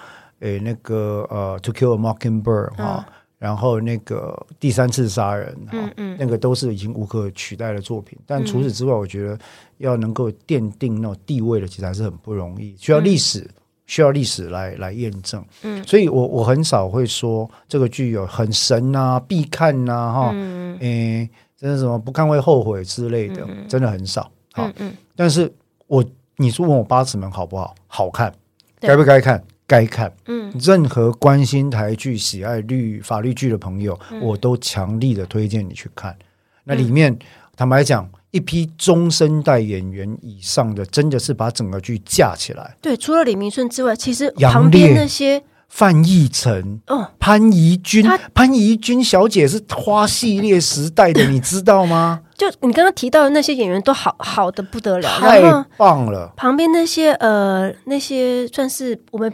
Speaker 1: 诶那个呃《To Kill a Mockingbird》哈，然后那个第三次杀人哈，
Speaker 2: 嗯嗯
Speaker 1: 那个都是已经无可取代的作品。但除此之外，我觉得要能够奠定那种地位的，其实还是很不容易，需要历史。需要历史来来验证，
Speaker 2: 嗯，
Speaker 1: 所以我我很少会说这个剧有很神呐、必看呐、哈，
Speaker 2: 嗯
Speaker 1: 诶，真的什么不看会后悔之类的，真的很少。好，
Speaker 2: 嗯嗯，
Speaker 1: 但是我你说问我八尺门好不好？好看，
Speaker 2: 对
Speaker 1: 该不该看？该看。
Speaker 2: 嗯，
Speaker 1: 任何关心台剧、喜爱律法律剧的朋友，
Speaker 2: 嗯
Speaker 1: 我都强力的推荐你去看。那里面、坦白讲，一批中生代演员以上的，真的是把整个剧架起来。
Speaker 2: 对，除了李明顺之外，其实
Speaker 1: 杨
Speaker 2: 旁边
Speaker 1: 烈
Speaker 2: 那些，
Speaker 1: 范逸臣、
Speaker 2: 哦，
Speaker 1: 潘怡君
Speaker 2: 她，
Speaker 1: 潘怡君小姐是花系列时代的，你知道吗？
Speaker 2: 就你刚刚提到的那些演员都好 好的不得了，
Speaker 1: 太
Speaker 2: 然后
Speaker 1: 棒了！
Speaker 2: 旁边那些呃那些算是我们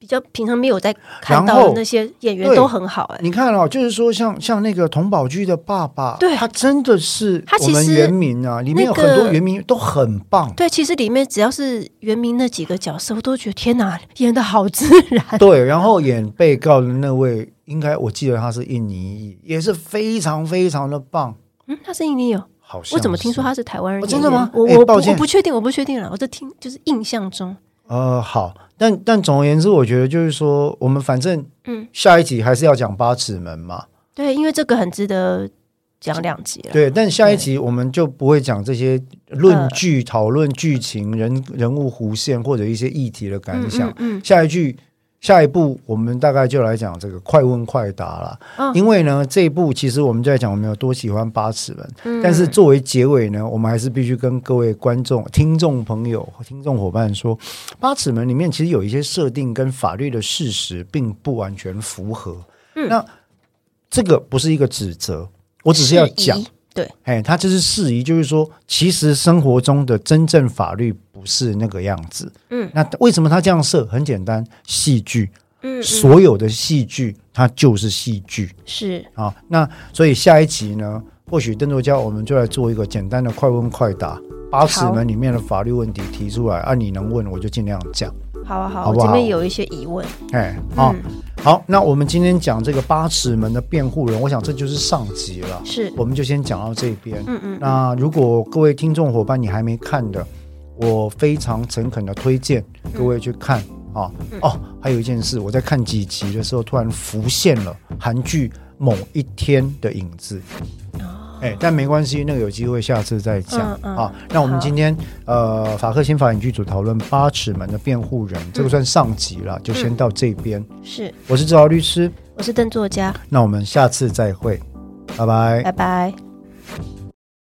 Speaker 2: 比就平常没有在看
Speaker 1: 然
Speaker 2: 到的
Speaker 1: 后
Speaker 2: 那些演员
Speaker 1: 对
Speaker 2: 都很好哎、
Speaker 1: 你看哦，就是说像像那个童宝驹的爸爸，
Speaker 2: 对
Speaker 1: 他真的是
Speaker 2: 他其
Speaker 1: 我
Speaker 2: 实
Speaker 1: 们原名啊，里面有
Speaker 2: 那
Speaker 1: 很
Speaker 2: 个
Speaker 1: 多原名都很棒。
Speaker 2: 对，其实里面只要是原名那几个角色，我都觉得天哪，演的好自然。
Speaker 1: 对，然后演被告的那位，应该我记得他是印尼裔，也是非常非常的棒。
Speaker 2: 嗯，他是印尼哦，
Speaker 1: 好像
Speaker 2: 我怎么听说
Speaker 1: 是？
Speaker 2: 他是台湾人
Speaker 1: 哦
Speaker 2: 演
Speaker 1: 真
Speaker 2: 员、
Speaker 1: 的吗
Speaker 2: 我
Speaker 1: 哎
Speaker 2: 我不
Speaker 1: 抱歉
Speaker 2: 我不确定，我不确定了，我在听，就是印象中，
Speaker 1: 呃，好，但但总而言之，我觉得就是说，我们反正
Speaker 2: 嗯，
Speaker 1: 下一集还是要讲八尺门嘛。
Speaker 2: 对，因为这个很值得讲两集了。
Speaker 1: 对，但下一集我们就不会讲这些
Speaker 2: 嗯
Speaker 1: 论据、讨论剧情、人人物弧线或者一些议题的
Speaker 2: 嗯
Speaker 1: 感想。
Speaker 2: 嗯
Speaker 1: 下一句，下一步我们大概就来讲这个快问快答啦。
Speaker 2: 嗯
Speaker 1: 因为呢，这一步其实我们就在讲我们有多喜欢八尺门，
Speaker 2: 嗯
Speaker 1: 但是作为结尾呢，我们还是必须跟各位观众、听众朋友、听众伙伴说，八尺门里面其实有一些设定跟法律的事实并不完全符合。
Speaker 2: 嗯
Speaker 1: 那这个不是一个指责，我只是要讲
Speaker 2: 质疑，对，
Speaker 1: 哎，它就是事宜，就是说，其实生活中的真正法律不是那个样子。
Speaker 2: 嗯，
Speaker 1: 那为什么他这样设？很简单，戏剧，
Speaker 2: 嗯，嗯
Speaker 1: 所有的戏剧它就是戏剧
Speaker 2: 是
Speaker 1: 啊。那所以下一集呢，或许邓作家我们就来做一个简单的快问快答，八尺门里面的法律问题提出来，啊，你能问我就尽量讲。
Speaker 2: 好啊好啊，
Speaker 1: 好
Speaker 2: 我
Speaker 1: 不
Speaker 2: 这边
Speaker 1: 好
Speaker 2: 有一些疑问，
Speaker 1: 哎，啊，
Speaker 2: 嗯，
Speaker 1: 好，那我们今天讲这个八尺门的辩护人，我想这就是上集了，
Speaker 2: 是，
Speaker 1: 我们就先讲到这边。
Speaker 2: 嗯嗯，
Speaker 1: 那如果各位听众伙伴你还没看的，我非常诚恳的推荐
Speaker 2: 嗯
Speaker 1: 各位去看啊、哦，还有一件事，我在看几集的时候，突然浮现了韩剧《某一天》的影子。哎，但没关系，那个有机会下次再讲、
Speaker 2: 哦嗯嗯
Speaker 1: 啊。那我们
Speaker 2: 好
Speaker 1: 今天呃，法克新法影剧组讨论《八尺门的辩护人》，
Speaker 2: 嗯
Speaker 1: 这个算上集了，就先到这边。
Speaker 2: 是，
Speaker 1: 我是志豪律师，
Speaker 2: 我是邓作家，
Speaker 1: 那我们下次再会，拜拜
Speaker 2: 拜拜。